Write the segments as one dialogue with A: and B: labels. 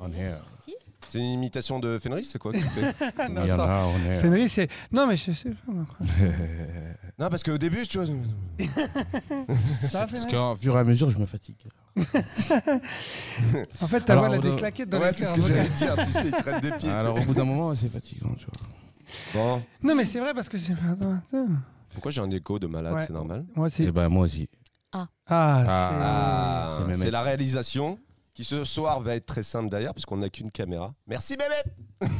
A: On air.
B: C'est une imitation de Fenris, c'est quoi que tu fais
A: Il y en
C: attends.
A: a euh, on air.
C: Fenris, c'est. Non, mais je sais pas.
B: Non, parce qu'au début, tu vois.
C: Ça va,
A: Parce
C: Fenris
A: qu'en fur et à mesure, je me fatigue.
C: En fait, ta
A: Alors,
C: voix, elle a
A: on
C: des
A: doit-
C: claquettes dans
B: Ouais,
C: les
B: c'est
C: cœurs. euh,
B: ce que j'allais dire, tu sais, il traite des pieds.
A: Alors, au bout d'un moment, c'est fatigant, tu vois.
B: Bon,
C: Non, mais c'est vrai parce que c'est. Attends, attends.
B: pourquoi j'ai un écho de malade,
C: Ouais.
B: c'est normal
C: Moi,
A: Et
C: c'est.
A: ben, moi aussi.
C: Ah,
B: Ah,
A: c'est Mehmet.
B: c'est la réalisation qui ce soir va être très simple d'ailleurs puisqu'on n'a qu'une caméra. Merci Mehmet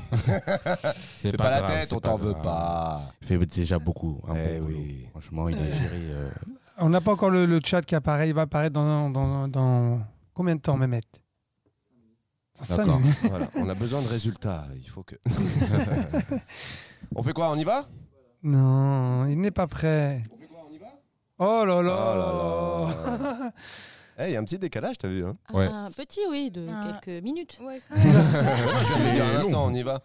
A: C'est
B: Fais pas, la
A: grave,
B: tête,
A: c'est
B: on t'en veut
A: grave.
B: pas.
A: Il fait déjà beaucoup. un
B: Eh
A: bon boulot.
B: oui.
A: Franchement, il a géré. euh,
C: c'est. On n'a pas encore le, le chat qui apparaît. Il va apparaître dans. dans, dans... Combien de temps, Mehmet Dans cinq
A: D'accord.
C: minutes.
B: voilà, on a besoin de résultats, il faut que On fait quoi On y va
C: Non, il n'est pas prêt.
B: On fait quoi On y va
C: Oh là
B: Oh
C: là
B: là là. Eh, il y a un petit décalage, t'as vu hein
A: Ouais.
D: Un petit, oui, de
E: Un-
D: quelques minutes.
E: Ouais, quand même.
B: Moi, Je viens de le dire à
A: Il est
B: l'instant,
A: long.
B: on y va.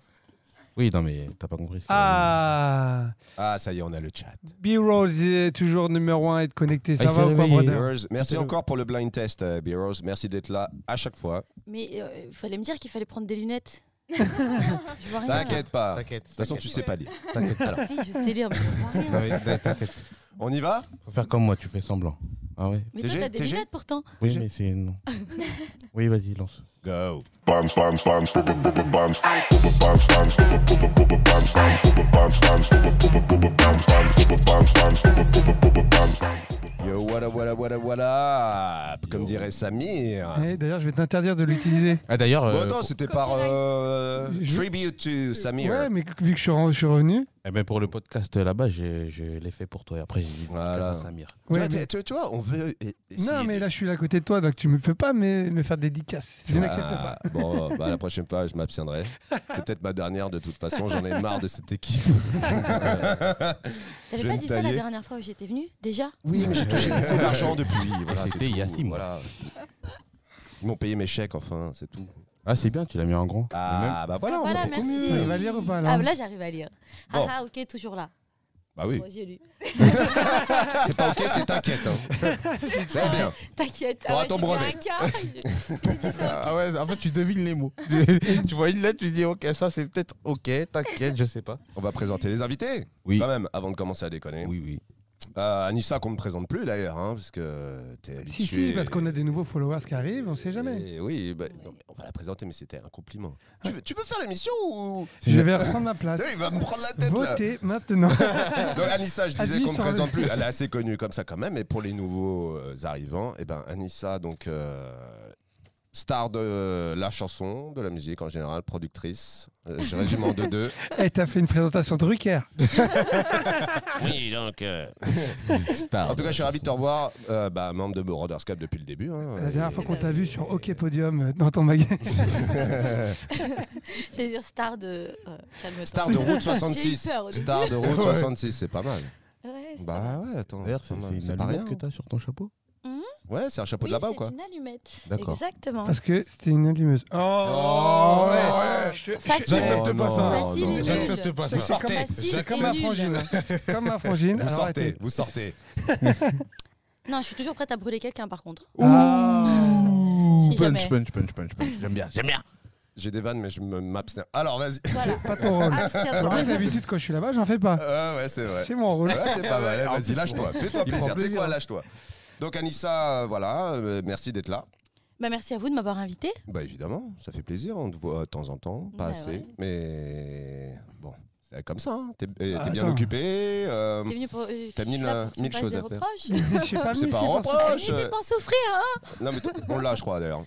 A: Oui, non, mais t'as pas compris. ce que-
C: Ah
B: Ah, ça y est, on a le chat.
C: B-Rose est toujours numéro un à être connecté. Ça
A: Ah,
C: va
A: il s'est
C: ou quoi,
A: réveillé.
C: brother
B: Beerose, merci
A: C'est le-
B: encore pour le blind test, euh, Beerose. Merci d'être là à chaque fois.
D: Mais euh, il fallait me dire qu'il fallait prendre des lunettes. je vois rien. là.
B: T'inquiète pas. De
A: T'inquiète.
B: toute façon, tu sais pas lire.
A: T'inquiète.
D: Si, je sais lire, mais je vois rien.
A: T'inquiète.
B: On y va
A: Faut faire comme moi, tu fais semblant. Ah ouais
D: Mais
B: TG,
D: toi, t'as des
B: TG?
D: lunettes pourtant.
A: Oui, mais c'est. Non. Oui, vas-y, lance.
B: Go. Yo, voilà, voilà, voilà, voilà. Comme dirait Samir.
C: Eh, D'ailleurs, je vais t'interdire de l'utiliser.
A: Ah, d'ailleurs.
B: Bon,
A: euh,
B: attends,
A: pour-
B: c'était par euh,
C: Je-
B: tribute to Samir.
C: Ouais, mais vu que je suis, re- je suis revenu.
A: eh ben, pour le podcast euh, là-bas, j'ai- je l'ai fait pour toi. Et après, j'ai dit
B: Voilà.
A: dédicace à Samir.
B: Tu, vois,
C: Ouais, mais-
B: t'es- tu- tu vois, on veut. e- essayer
C: Non, mais
B: de-
C: là, je suis là à côté de toi, donc tu ne peux pas me, me faire des dédicaces. Je
B: Ah,
C: n'accepte pas.
B: Bon, bah, la prochaine fois, je m'abstiendrai. C'est peut-être ma dernière de toute façon. J'en ai marre de cette équipe.
D: T'avais
B: Je
D: pas
B: vais
D: dit
B: me
D: ça la
B: tailler.
D: dernière fois où j'étais venue Déjà
B: Oui, mais j'ai touché beaucoup d'argent depuis. Voilà,
A: c'était
B: Ah, c'est
A: il y a
B: tout.
A: six mois.
B: Voilà. Ils m'ont payé mes chèques, enfin, c'est tout.
A: Ah, c'est bien, tu l'as mis en grand.
B: Ah, bah voilà,
D: Ah,
B: on
D: voilà,
B: est beaucoup
D: merci.
B: mieux.
C: Il va lire ou pas, là
D: Ah, là, j'arrive à lire.
B: Bon.
D: Ah, ah, ok, toujours là.
B: Bah oui,
D: Bon, j'ai lu.
B: c'est pas ok, c'est t'inquiète. Hein. c'est bien.
D: T'inquiète. Ah,
B: T'auras
D: ouais,
B: ton
D: j'ai mis
B: brevet.
D: un quart. J'ai dit ça.
A: Ah ouais, en fait, tu devines les mots. tu vois une lettre, tu dis ok, ça c'est peut-être ok, t'inquiète, je sais pas.
B: On va présenter les invités,
A: Oui.
B: quand même, avant de commencer à déconner.
A: Oui, oui.
B: Euh, Anissa, qu'on ne présente plus d'ailleurs, hein, parce que t'es
C: Si,
B: habitué.
C: si, parce qu'on a des nouveaux followers qui arrivent, on ne sait jamais.
B: Et oui, bah, non, mais on va la présenter, mais c'était un compliment. Tu veux, tu veux faire l'émission ou.
C: Je vais reprendre ma place.
B: Eh, Il va me prendre la tête là.
C: Votez maintenant.
B: Donc Anissa, je disais
C: Admis
B: qu'on ne
C: sur
B: présente
C: le-
B: plus. Elle est assez connue comme ça quand même. Et pour les nouveaux euh, arrivants, eh ben Anissa, donc euh, star de euh, la chanson, de la musique en général, productrice. Euh, je résume en deux deux.
C: Et t'as fait une présentation de Rucker.
B: Oui, donc. En tout cas, je suis ravi de te revoir. Euh, bah, membre de Brothers Club depuis le début. hein.
C: La dernière
B: Et-
C: fois qu'on t'a vu sur OK Podium euh, dans ton magasin.
D: J'allais dire star de. euh, calme-toi.
B: Star de route
D: J'ai
B: 66.
D: eu peur au début.
B: Star de route 66, c'est pas mal.
D: Ouais, c'est pas
B: Bah
D: mal.
B: ouais, attends.
A: D'ailleurs,
B: pas
A: c'est
B: mal.
A: c'est
B: C'est
A: une
B: pas rien.
A: allumette que t'as sur ton chapeau
B: Ouais, c'est un chapeau de
D: Oui,
B: là-bas ou
D: c'est
B: quoi
D: une allumette.
A: D'accord.
D: Exactement.
C: Parce que c'était une allumeuse. Oh, ouais. Je te-
D: Facile.
C: j'accepte
B: Oh,
C: pas
B: non,
C: ça.
D: Facile
B: non,
D: et
B: non.
D: nul.
A: pas
B: Vous sortez,
D: Facile et
C: Comme ma
D: nul.
C: frangine. Comme ma frangine.
B: vous
C: Alors,
B: sortez,
C: arrêtez.
B: vous sortez.
D: Non, je suis toujours prête à brûler quelqu'un par contre.
A: Ouh,
D: Si
A: Ah. punch,
D: jamais.
A: punch, punch, punch, punch. J'aime bien, j'aime bien.
B: J'ai des vannes, mais je me m'abstiens. Alors, vas-y.
D: Voilà. Ah,
C: Pas ton rôle.
D: Abstiens-toi.
C: Moi, d'habitude, quand je suis là-bas, j'en fais pas.
B: Ah ouais, c'est vrai.
C: C'est mon rôle.
B: Ouais, c'est pas mal.
A: En
B: Vas-y,
A: plus,
B: lâche-toi. Fais-toi
C: Il prend
B: plaisir. Tu sais
C: plaisir.
B: quoi, lâche-toi. Donc, Anissa, euh, voilà, euh, merci d'être là.
D: Bah, merci à vous de m'avoir invité.
B: Bah, évidemment, ça fait plaisir. On te voit de temps en temps, pas
D: Ouais,
B: assez.
D: Bah ouais.
B: Mais bon, c'est comme ça. hein. T'es euh,
C: Ah,
B: t'es bien
C: attends.
B: occupé. euh,
D: T'es venu pour. euh,
B: T'as
D: je
B: mille,
D: suis là
B: euh,
D: pour que tu
B: mille
D: me fasses
B: choses
D: des
B: à faire.
D: reproches.
C: Je suis pas
B: c'est
C: venu
B: pas
C: ici
B: un
C: pour ça.
D: Ah, mais
B: reproche.
D: c'est
B: euh,
D: pas en souffrir, hein
B: Non, mais t- on l'a, je crois, d'ailleurs.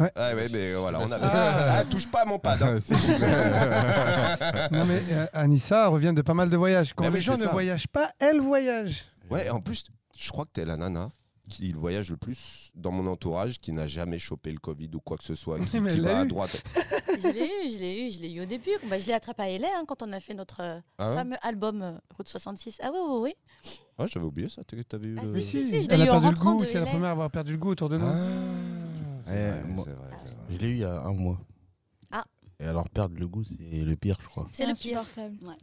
C: Ouais.
B: ouais, mais voilà, on a.
C: Ah.
B: Ah, touche pas à mon pad. hein.
C: Non, mais euh, Anissa revient de pas mal de voyages. Quand
B: Mais
C: les
B: oui,
C: gens
B: c'est
C: ne
B: ça.
C: voyagent pas, elle voyage.
B: Ouais, en plus, je crois que t'es la nana qui voyage le plus dans mon entourage, qui n'a jamais chopé le Covid ou quoi que ce soit, qui,
C: mais
B: qui
C: elle l'a
B: va à
C: eu.
B: droite.
D: Je l'ai eu, je l'ai eu, je l'ai eu au début. Bah, je l'ai attrapé à LA hein, quand on a fait notre euh,
B: Hein
D: fameux album euh, Route 66. Ah oui, oui, oui.
B: Ah, j'avais oublié ça, t'as- t'avais eu
D: Ah,
B: le...
D: si, si, si, je l'ai
C: elle
D: eu
C: a
D: en
C: perdu le
D: rentrant
C: goût.
D: de
C: C'est la
D: LA.
C: première à avoir perdu le goût autour de nous.
B: Ah, C'est
A: Eh,
B: vrai,
A: moi-
B: c'est vrai, c'est vrai.
A: Je l'ai eu il y a un mois.
D: Ah.
A: Et alors, perdre le goût, c'est le pire, je crois.
D: C'est le pire.
E: insupportable.
D: Ouais.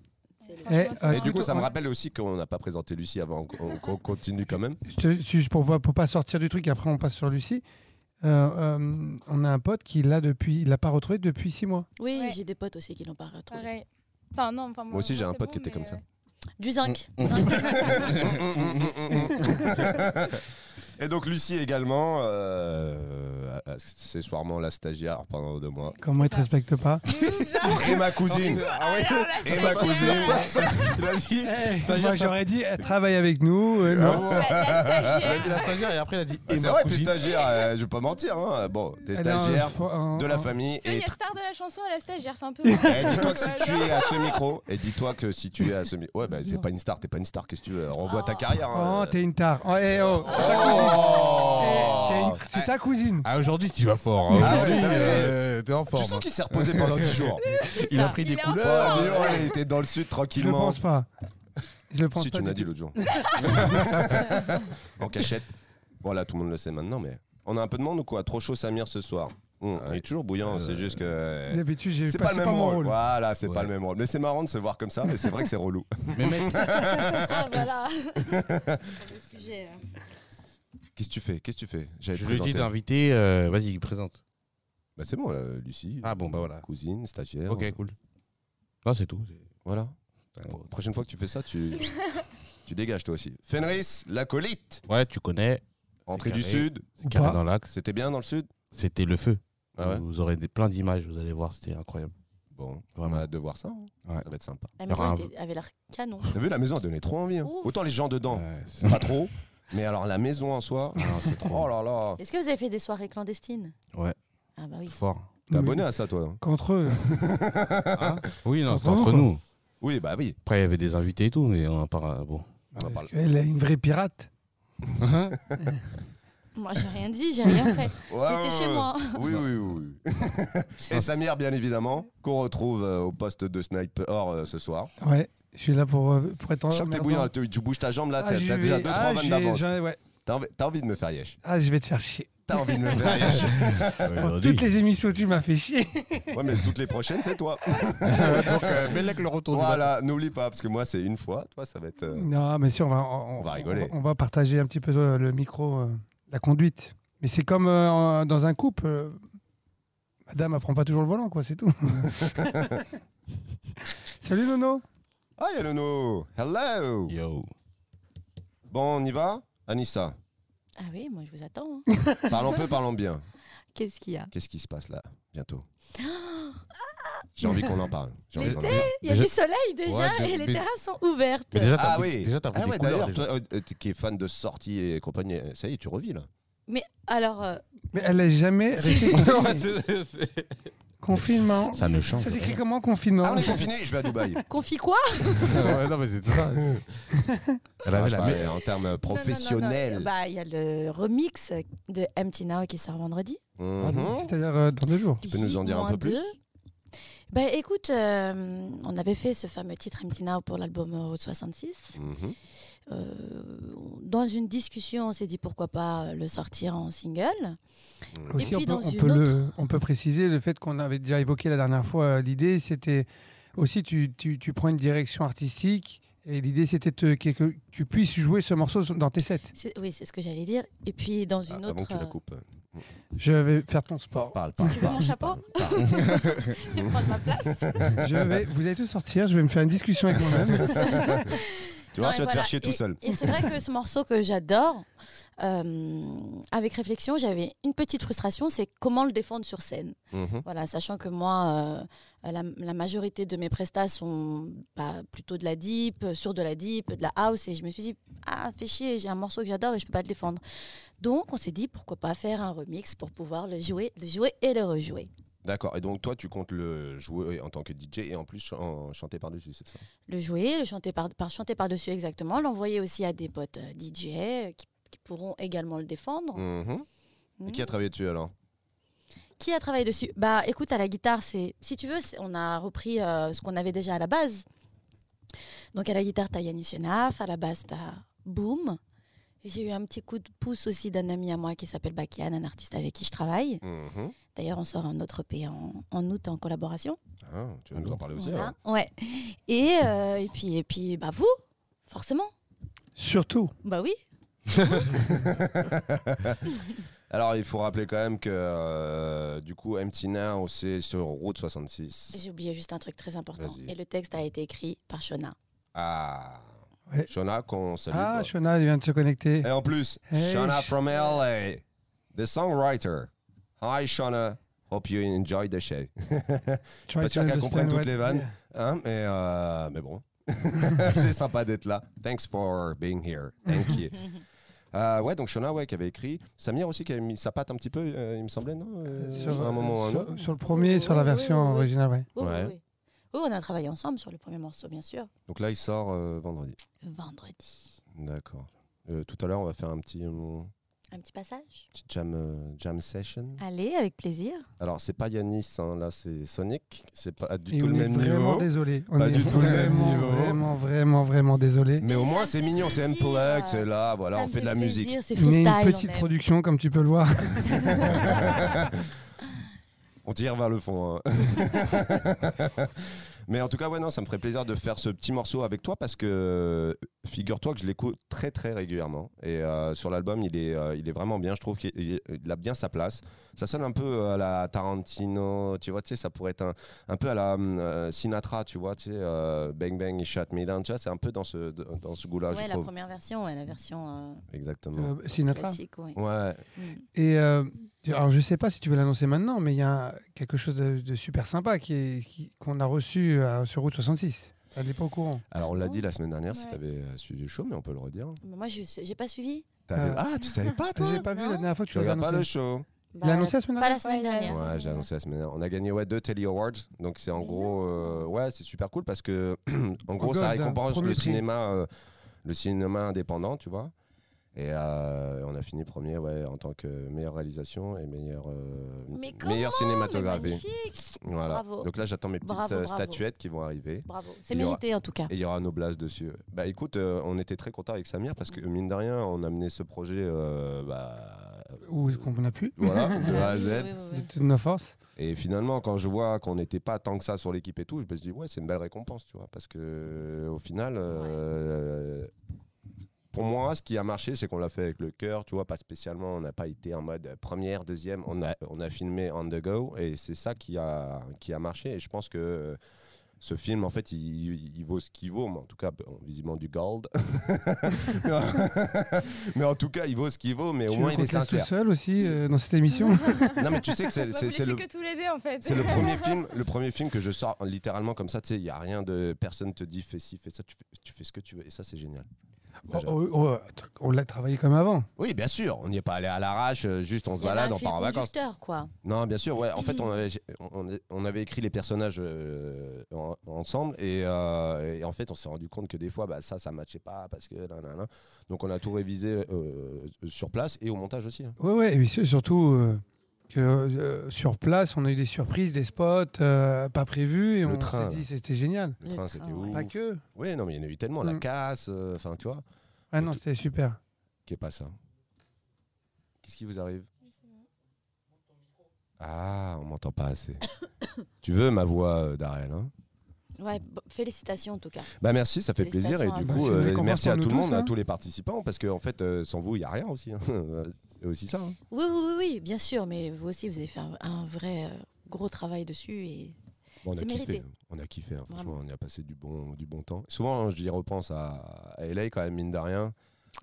D: c'est le-
C: Eh, euh,
B: Et du coup, ça me
C: on-
B: rappelle aussi qu'on n'a pas présenté Lucie avant, qu'on qu'on continue quand même.
C: Je te- juste pour, voir- pour pas sortir du truc, après on passe sur Lucie. Euh, euh, on a un pote qui l'a depuis, il l'a pas retrouvé depuis six mois.
D: Oui,
E: Ouais.
D: j'ai des potes aussi qui l'ont pas retrouvé.
E: Pareil. Enfin, non, enfin, moi,
B: aussi, j'ai un
E: c'est
B: pote qui était
E: mais, euh,
B: comme ça.
E: ouais.
D: Du
B: Mm.
D: zinc.
B: Et donc Lucie également, euh, accessoirement la stagiaire pendant deux mois.
C: Comment il te
E: ça.
C: respecte pas
B: Et ma cousine.
A: Ah ouais
B: Et ma cousine.
A: Vas-y.
C: Moi, J'aurais dit eh, travaille avec nous.
B: Ah,
C: euh,
A: Ah
C: non.
E: La- la
A: Il a
E: stagiaire.
A: dit la stagiaire et après il a dit.
B: Et
A: et
B: c'est
A: ma
B: vrai, t'es
A: cousine.
B: stagiaire, euh, je vais pas mentir. Hein. Bon, t'es
C: Elle a un
B: stagiaire
C: fo- un-
B: de la
C: un-
B: famille.
E: Tu vois, il
B: Et
E: Ah, y a star de la chanson à la stagiaire, c'est un peu. moins.
B: Eh, dis-toi que si tu es à ce micro, et dis-toi que si tu es à ce micro, ouais, bah t'es pas une star, t'es pas une star, qu'est-ce que tu veux, renvoie ta carrière. hein.
C: Oh, t'es une tare. Oh, eh, oh, c'est ta cousine.
B: Oh.
C: T'es- t'es une- C'est ta cousine.
A: Ah, aujourd'hui, tu vas fort. hein.
B: Ah ouais,
A: Aujourd'hui,
B: t'as-
A: euh, t'es en
B: Tu
A: forme.
B: sens qu'il s'est reposé pendant 10 jours.
A: Il a
D: ça.
A: pris
E: Il
A: des
E: est
B: Oh,
E: en
A: couleurs.
E: forme.
B: dis donc, elle était dans le sud
C: Je le
B: tranquillement.
C: pense pas. Je le pense
B: Si
C: pas.
B: tu m'as
C: du
B: dit
C: tout.
B: l'autre jour. en cachette. Voilà, tout le monde le sait maintenant, mais on a un peu de monde ou quoi Trop chaud Samir ce soir. Hum, Il est toujours bouillant, c'est juste que.
C: D'habitude, j'ai
B: C'est pas, le même
C: mon
B: rôle.
C: rôle.
B: Voilà, c'est pas
A: Ouais.
B: le même rôle. Mais c'est marrant de se voir comme ça, mais c'est vrai que c'est relou.
A: Mais mec,
D: Ah, voilà. le sujet. hein.
B: Qu'est-ce que tu fais Qu'est-ce que tu fais J'avais
A: je lui
B: présenté.
A: dis d'inviter. euh, Vas-y, présente.
B: Bah, c'est bon, là, Lucie.
A: Ah bon, bah voilà.
B: Cousine, stagiaire.
A: Ok, cool. Non, c'est tout.
B: Voilà. Prochaine fois que tu fais ça, tu, tu dégages toi aussi. Fenris, l'acolyte.
A: Ouais, tu connais.
B: Entrée
A: C'est
B: du
A: carré.
B: sud.
C: Ou
A: Carré
C: pas.
A: dans l'axe.
B: C'était bien dans le sud
A: C'était le feu.
B: Ah ouais
A: Vous aurez des, plein d'images, vous allez voir, c'était incroyable.
B: Bon, on
A: Vraiment.
B: va devoir ça. hein.
A: Ouais.
B: Ça va être sympa.
D: La
A: Il y aura
D: maison
A: un-
D: était- avait l'air canon.
B: T'as vu, la maison a donné trop envie. hein.
D: Ouf.
B: Autant les gens dedans,
A: Ouais, c'est-
B: pas trop. Mais alors la maison en soi,
A: Ah non, c'était
B: oh
A: trop
B: là là.
D: Est-ce que vous avez fait des soirées clandestines
A: Ouais.
D: Ah bah oui.
A: fort.
B: T'es
C: Non, mais-
B: abonné à ça, toi
C: Contre eux.
A: Oui, non,
C: Entre
A: c'était
C: vous,
A: entre
C: quoi.
A: nous.
B: Oui, bah oui.
A: Après, il y avait des invités et tout, mais on en parle. Bon.
B: On va
C: Parce
B: parler.
C: qu'elle est une vraie pirate.
D: Moi, j'ai rien dit, j'ai rien fait.
B: Ouais,
D: J'étais chez
B: Ah, ouais,
D: moi.
B: Oui, oui, oui. oui. Et Samir, bien évidemment, qu'on retrouve euh, au poste de sniper euh, ce soir.
C: Ouais, je suis là pour, euh, pour
A: Oh,
C: être en.
B: Je sens que t'es bouillant, tu, tu bouges ta jambe là, t'as t'as déjà 2-3
C: ah,
B: vannes
C: j'ai-
B: d'avance.
C: j'en ai- ouais.
B: T'as envie, t'as envie de me faire yesh.
C: Ah, je vais te faire chier.
B: T'as envie de me faire yesh.
C: Pour toutes les émissions, tu m'as fait chier.
B: Ouais, mais toutes les prochaines, c'est toi.
A: Donc, euh, Melek le retour du bâton.
B: Voilà, n'oublie pas, parce que moi, c'est une fois. Toi, ça va être. euh,
C: Non, mais si, on va,
B: On va rigoler.
C: On va, partager un petit peu euh, le micro, euh, la conduite. Mais c'est comme euh, en- dans un couple. euh, madame, elle prend pas toujours le volant, quoi, c'est tout. Salut Nono.
B: Ah, il y a Nono. Hello.
A: Yo.
B: Bon, on y va Anissa,
D: Ah oui, moi, je vous attends. hein.
B: parlons peu, parlons bien.
D: Qu'est-ce qu'il y a
B: Qu'est-ce qui se passe là, bientôt J'ai envie qu'on en parle. J'ai envie qu'on en parle.
D: Il y a
A: Déjà-
D: du soleil déjà
A: Ouais,
D: et
A: mais-
D: les terrasses sont ouvertes.
A: Mais déjà, t'as
B: Ah
A: pris-
B: oui
A: déjà, t'as pris
B: Ah
A: des
B: ouais,
A: couleurs,
B: d'ailleurs,
A: déjà.
B: toi euh, t'es- qui es fan de sorties et compagnie, euh, ça y est, tu revis là.
D: Alors, euh,
C: Mais elle n'est jamais restée confinée. confinement.
A: Ça ne change.
C: Ça s'écrit
A: rien.
C: comment confinement
B: Ah, on est confiné, je vais à Dubaï.
D: confie quoi
A: Ouais, non, mais c'est ça. Elle
B: Ah,
A: avait
B: je
A: la
B: parlais en termes
D: Non, non, non, non.
B: professionnels.
D: Bah, il y a le remix de Empty Now qui sort vendredi.
B: Mhm.
C: C'est-à-dire euh, dans deux jours.
D: Tu
B: peux nous en dire un peu plus
D: Bah écoute, euh, on avait fait ce fameux titre Empty Now pour l'album Route 66.
B: Mhm.
D: Euh, dans une discussion, on s'est dit pourquoi pas le sortir en single.
C: Aussi, on peut,
D: puis dans
C: on,
D: une
C: peut le, on peut préciser le fait qu'on avait déjà évoqué la dernière fois. euh, L'idée, c'était aussi, tu, tu, tu prends une direction artistique. Et l'idée, c'était te- que, que tu puisses jouer ce morceau dans tes sets.
D: C'est- Oui, c'est ce que j'allais dire. Et puis dans
B: Ah,
D: une
B: Avant
D: autre.
B: que tu la
D: euh,
B: coupes.
C: Je vais faire ton sport.
B: Parle, parle.
D: Tu veux mon
B: parle,
D: chapeau
B: parle.
D: Je vais prendre ma place.
C: Je vais, vous allez tous sortir, je vais me faire une discussion avec moi-même.
B: Tu vois,
D: Non,
B: tu
D: et
B: vas te
D: voilà.
B: faire chier tout
D: Et-
B: seul.
D: Et c'est vrai que ce morceau que j'adore, euh, avec réflexion, j'avais une petite frustration, c'est comment le défendre sur scène.
B: Mhm.
D: Voilà, sachant que moi, euh, la, la majorité de mes prestats sont bah, plutôt de la deep, euh, sur de la deep, de la house, et je me suis dit, ah, fais chier, j'ai un morceau que j'adore et je peux pas le défendre. Donc, on s'est dit, pourquoi pas faire un remix pour pouvoir le jouer, le jouer et le rejouer.
B: D'accord. Et donc toi, tu comptes le jouer en tant que DJ et en plus ch- en chanter par-dessus, c'est ça
D: le jouer, le chanter par, par chanter par-dessus exactement, l'envoyer aussi à des potes euh, DJ euh, qui, qui pourront également le défendre.
B: Mhm.
D: Mm.
B: Et qui a travaillé dessus alors
D: Qui a travaillé dessus Bah écoute, à la guitare, c'est si tu veux, c'est- on a repris euh, ce qu'on avait déjà à la base. Donc à la guitare, t'as Yannis Chenaf, à la basse, t'as Boom. Et J'ai eu un petit coup de pouce aussi d'un ami à moi qui s'appelle Bakian, un artiste avec qui je travaille.
B: Mhm.
D: D'ailleurs, on sort un autre EP en, en août en collaboration.
B: Ah, tu vas nous en parler aussi.
D: Voilà.
B: alors.
D: Ouais. Et, euh, et puis, et puis bah, vous, forcément.
C: Surtout.
D: Bah oui.
B: Alors, il faut rappeler quand même que euh, du coup, MT Now, c'est sur Route 66.
D: J'ai oublié juste un truc très important.
B: Vas-y.
D: Et le texte a été écrit par Shona.
B: Ah,
C: Ouais.
B: Shona, qu'on salue.
C: Ah,
B: quoi.
C: Shona, elle vient de se connecter.
B: Et en plus,
C: Hey,
B: Shona
C: Sh-
B: from LA, the songwriter. Hi Shona, hope you enjoy the show.
C: Tu
B: pas sûr qu'elle comprenne toutes les vannes. Hein, mais, euh, mais bon, c'est sympa d'être là. Thanks for being here. Thank you. Euh, ouais, donc Shona, ouais, qui avait écrit. Samir aussi, qui avait mis sa patte un petit peu, euh, il me semblait, non euh,
C: Sur,
B: À un moment ou à un
C: sur-
B: autre.
C: sur le premier, sur la
D: Oui, oui,
C: version
D: oui, oui.
C: originale, ouais.
D: Oui, oui,
B: Ouais.
D: oui. Oui, on a travaillé ensemble sur le premier morceau, bien sûr.
B: Donc là, il sort euh, vendredi.
D: Vendredi.
B: D'accord. Euh, tout à l'heure, on va faire un petit, euh,
D: Un petit passage
B: petit jam, euh, jam session.
D: Allez, avec plaisir.
B: Alors, c'est pas Yanis, hein, là, c'est Sonic. C'est pas du
C: Et
B: tout
C: on
B: le
C: est
B: même
C: vraiment
B: niveau.
C: désolé. On
B: Pas
C: est
B: du tout le même
C: vraiment,
B: niveau.
C: Vraiment, vraiment, vraiment désolé.
B: Mais au
D: Mais
B: moins,
D: ça me
B: c'est
D: fait
B: mignon, c'est
D: plaisir.
B: unplugged, c'est là, voilà,
D: euh, Ça
B: on
D: me
B: fait de la
D: plaisir,
B: musique.
D: C'est
C: On est
D: freestyle.
C: une
D: on
C: petite
D: aime.
C: production, comme tu peux le voir.
B: On tire vers le fond. hein. Mais en tout cas, ouais, non, ça me ferait plaisir de faire ce petit morceau avec toi parce que euh, figure-toi que je l'écoute très très régulièrement. Et euh, sur l'album, il, est euh, il est vraiment bien. Je trouve qu'il il- il a bien sa place. Ça sonne un peu euh, à la Tarantino, tu vois, tu sais, ça pourrait être un, un peu à la hum, euh, Sinatra, tu vois, tu sais, euh, Bang Bang, He Shut Me Down, tu vois, c'est un peu dans ce, dans ce goût-là,
D: Ouais,
B: Ah, je
D: la
B: trouve.
D: première version, ouais, la version euh,
B: Exactement.
C: Euh, Sinatra.
D: classique. ouais.
B: Ouais,
D: Mm.
C: Et euh, alors, je sais pas si tu veux l'annoncer maintenant, mais il y a quelque chose de, de super sympa qui est- qui- qu'on a reçu euh, sur Route 66. Elle n'est pas au courant.
B: alors on l'a dit la semaine dernière si
E: Ouais.
B: tu avais suivi le show, mais on peut le redire.
D: Mais moi, je sais- j'ai pas suivi.
B: T'avais-
C: Euh,
B: Ah, tu savais pas
C: Je
B: toi
C: l'ai pas vu
D: Non.
C: la dernière fois que
B: Tu
C: tu l'as
B: regardes pas le
C: annoncé.
B: show
C: Tu l'as annoncé la semaine
D: Bah, Pas
C: dernière
D: la semaine
E: Ouais,
D: dernière. Ah,
E: la
B: Ouais, j'ai annoncé la semaine dernière. On a gagné ouais, deux Telly Awards. Donc, c'est en
D: Mais
B: gros. euh, ouais, c'est super cool parce que, en gros,
C: gold,
B: ça
C: hein,
B: récompense
C: premier
B: le
C: prix.
B: cinéma, euh, le cinéma indépendant, tu vois. Et euh, on a fini premier ouais, en tant que meilleure réalisation et meilleure, euh,
D: Mais
B: meilleure cinématographie.
D: Magnifique.
B: Voilà.
D: Bravo.
B: Donc là, j'attends mes petites
D: Bravo,
B: euh,
D: bravo.
B: statuettes qui vont arriver.
D: Bravo. C'est
B: Il y aura-
D: mérité en tout cas.
B: Et il y aura nos blases dessus. Bah écoute, euh, on était très contents avec Samir parce que, mine de rien, on a mené ce projet. euh, bah,
C: Ou qu'on a pu,
B: voilà, de A à Z.
D: Oui, oui,
C: de
D: oui.
C: toutes nos forces.
B: Et finalement, quand je vois qu'on n'était pas tant que ça sur l'équipe et tout, je me suis dit, ouais, c'est une belle récompense, tu vois. Parce que, euh, au final, euh, pour moi, ce qui a marché, c'est qu'on l'a fait avec le cœur, tu vois, pas spécialement. On n'a pas été en mode première, deuxième. On a, on a filmé on the go et c'est ça qui a, qui a marché. Et je pense que. euh, ce film, en fait, il, il- il vaut ce qu'il vaut, mais en tout cas, bon, visiblement du gold. mais en tout cas, il vaut ce qu'il vaut, mais au
C: tu
B: moins,
C: veux
B: il
C: qu'on
B: est
C: te laisse tout
B: sincère.
C: seul aussi euh, dans cette émission.
B: Non, mais tu sais que c'est-
E: Bah,
B: c'est
E: vous
B: c'est
E: laissez
B: le
E: que tous les deux en fait.
B: c'est le premier film, le premier film que je sors euh, littéralement comme ça. Tu sais, il y a rien de personne te dit fais ci, fais ça. Tu fais, tu fais ce que tu veux et ça c'est génial. Ça,
C: Oh,
B: j'adore.
C: oh, oh, attends, on l'a travaillé comme avant.
B: Oui, bien sûr, on n'y est pas allé à l'arrache. euh, Juste, on se
D: Il y avait
B: balade,
D: un
B: on
D: fil
B: part en vacances.
D: conducteur, quoi.
B: Non, bien sûr. Ouais. En fait, on avait, j'ai- on, on- on avait écrit les personnages euh, en- ensemble et, euh, et en fait, on s'est rendu compte que des fois, bah, ça, ça matchait pas parce que nanana. Donc, on a tout révisé euh, sur place et au montage aussi. hein.
C: Oui, ouais, et puis su- surtout euh, que euh, sur place, on a eu des surprises, des spots euh, pas prévus. Et
B: Le
C: on
B: train,
C: s'est
B: là.
C: dit, c'était génial.
B: Le
D: Le
B: train,
D: train,
B: c'était
D: Ah ouais.
B: ouf.
C: Pas Ah, que.
B: Oui, non, mais il y en a eu tellement. La
C: Mm.
B: casse, euh, enfin, tu vois,
C: Ah
B: Et
C: non,
B: tout-
C: c'était super.
B: qui est pas ça. Qu'est-ce qui vous arrive Ah, on m'entend pas assez. tu veux ma voix, euh, Darrel hein
D: Ouais, bon, félicitations en tout cas.
B: Bah merci, ça fait plaisir et
D: Félicitations
B: du
D: à
C: vous.
B: coup,
C: C'est une
B: euh,
C: récompense
B: merci
C: pour
B: à
C: nous
B: tout le
C: tous,
B: monde, à
C: hein.
B: tous les participants, parce que en fait, euh, sans vous, il y a rien aussi. hein. C'est aussi ça. hein.
D: Oui, oui, oui, oui, bien sûr, mais vous aussi, vous avez fait un, un vrai euh, gros travail dessus. Et...
B: Bon, on a
D: C'est
B: kiffé,
D: mérité.
B: on a kiffé. hein. Franchement,
D: Vraiment.
B: on y a passé du bon, du bon temps. Souvent, hein, je dis repense à, à LA quand même mine de rien.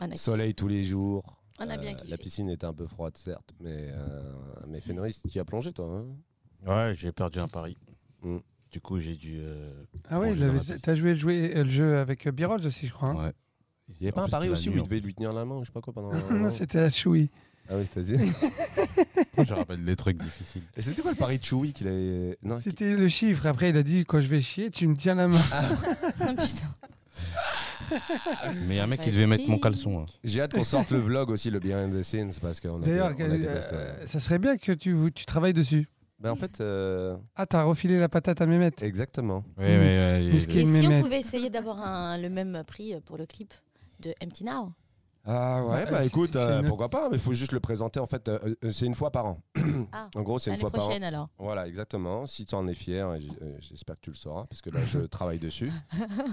D: On a,
B: Soleil tous les jours.
D: on a bien
B: Euh,
D: kiffé.
B: La piscine était un peu froide, certes, mais euh, mais Fenris, tu y as plongé toi. hein
A: Ouais, j'ai perdu un pari.
B: Mm.
A: Du coup, j'ai dû. euh,
C: Ah oui,
A: Bon, je l'aurais pas
C: tu as joué le, jouet- euh, le jeu avec euh, B-Rolls aussi, je crois. hein.
A: ouais.
B: Il y avait
A: En
B: pas un
A: plus,
B: pari
A: c'était la
B: aussi où
A: nuit,
B: il
A: en
B: devait lui tenir la main, ou je sais pas quoi pendant. un moment
C: non, c'était à Choui.
B: Ah oui, c'est-à-dire.
A: plus. Je rappelle des trucs difficiles.
B: Et c'était quoi le pari de Chewie qu'il avait Non, qui-
C: C'était le chiffre. Après, il a dit quand je vais chier, tu me tiens la main.
D: Ah, putain.
A: Mais il y a un mec qui devait mettre mon caleçon. hein.
B: J'ai hâte qu'on sorte le vlog aussi, le behind the scenes, parce qu'on a des,
C: D'ailleurs,
B: on a des
C: euh,
B: best- euh,
C: ça serait bien que tu, vou- tu travailles dessus.
B: Ben, en fait, euh,
C: Ah, t'as refilé la patate à Mehmet.
B: exactement.
A: Oui, mais. euh, il-
C: Miss
D: Et
C: Kim
D: si on
C: Mehmet.
D: pouvait essayer d'avoir un- le même prix pour le clip de Empty Now
B: Ah ouais,
C: Ouais,
B: bah
C: c'est-
B: écoute,
C: c'est
B: euh,
C: une-
B: pourquoi pas, mais il faut juste le présenter en fait, euh, euh, c'est une fois par an.
D: Ah,
B: En gros, c'est une
D: l'année
B: fois par an.
D: prochaine alors.
B: Voilà, exactement. Si tu en es fier, et j- euh, j'espère que tu le sauras, parce que là, je travaille dessus.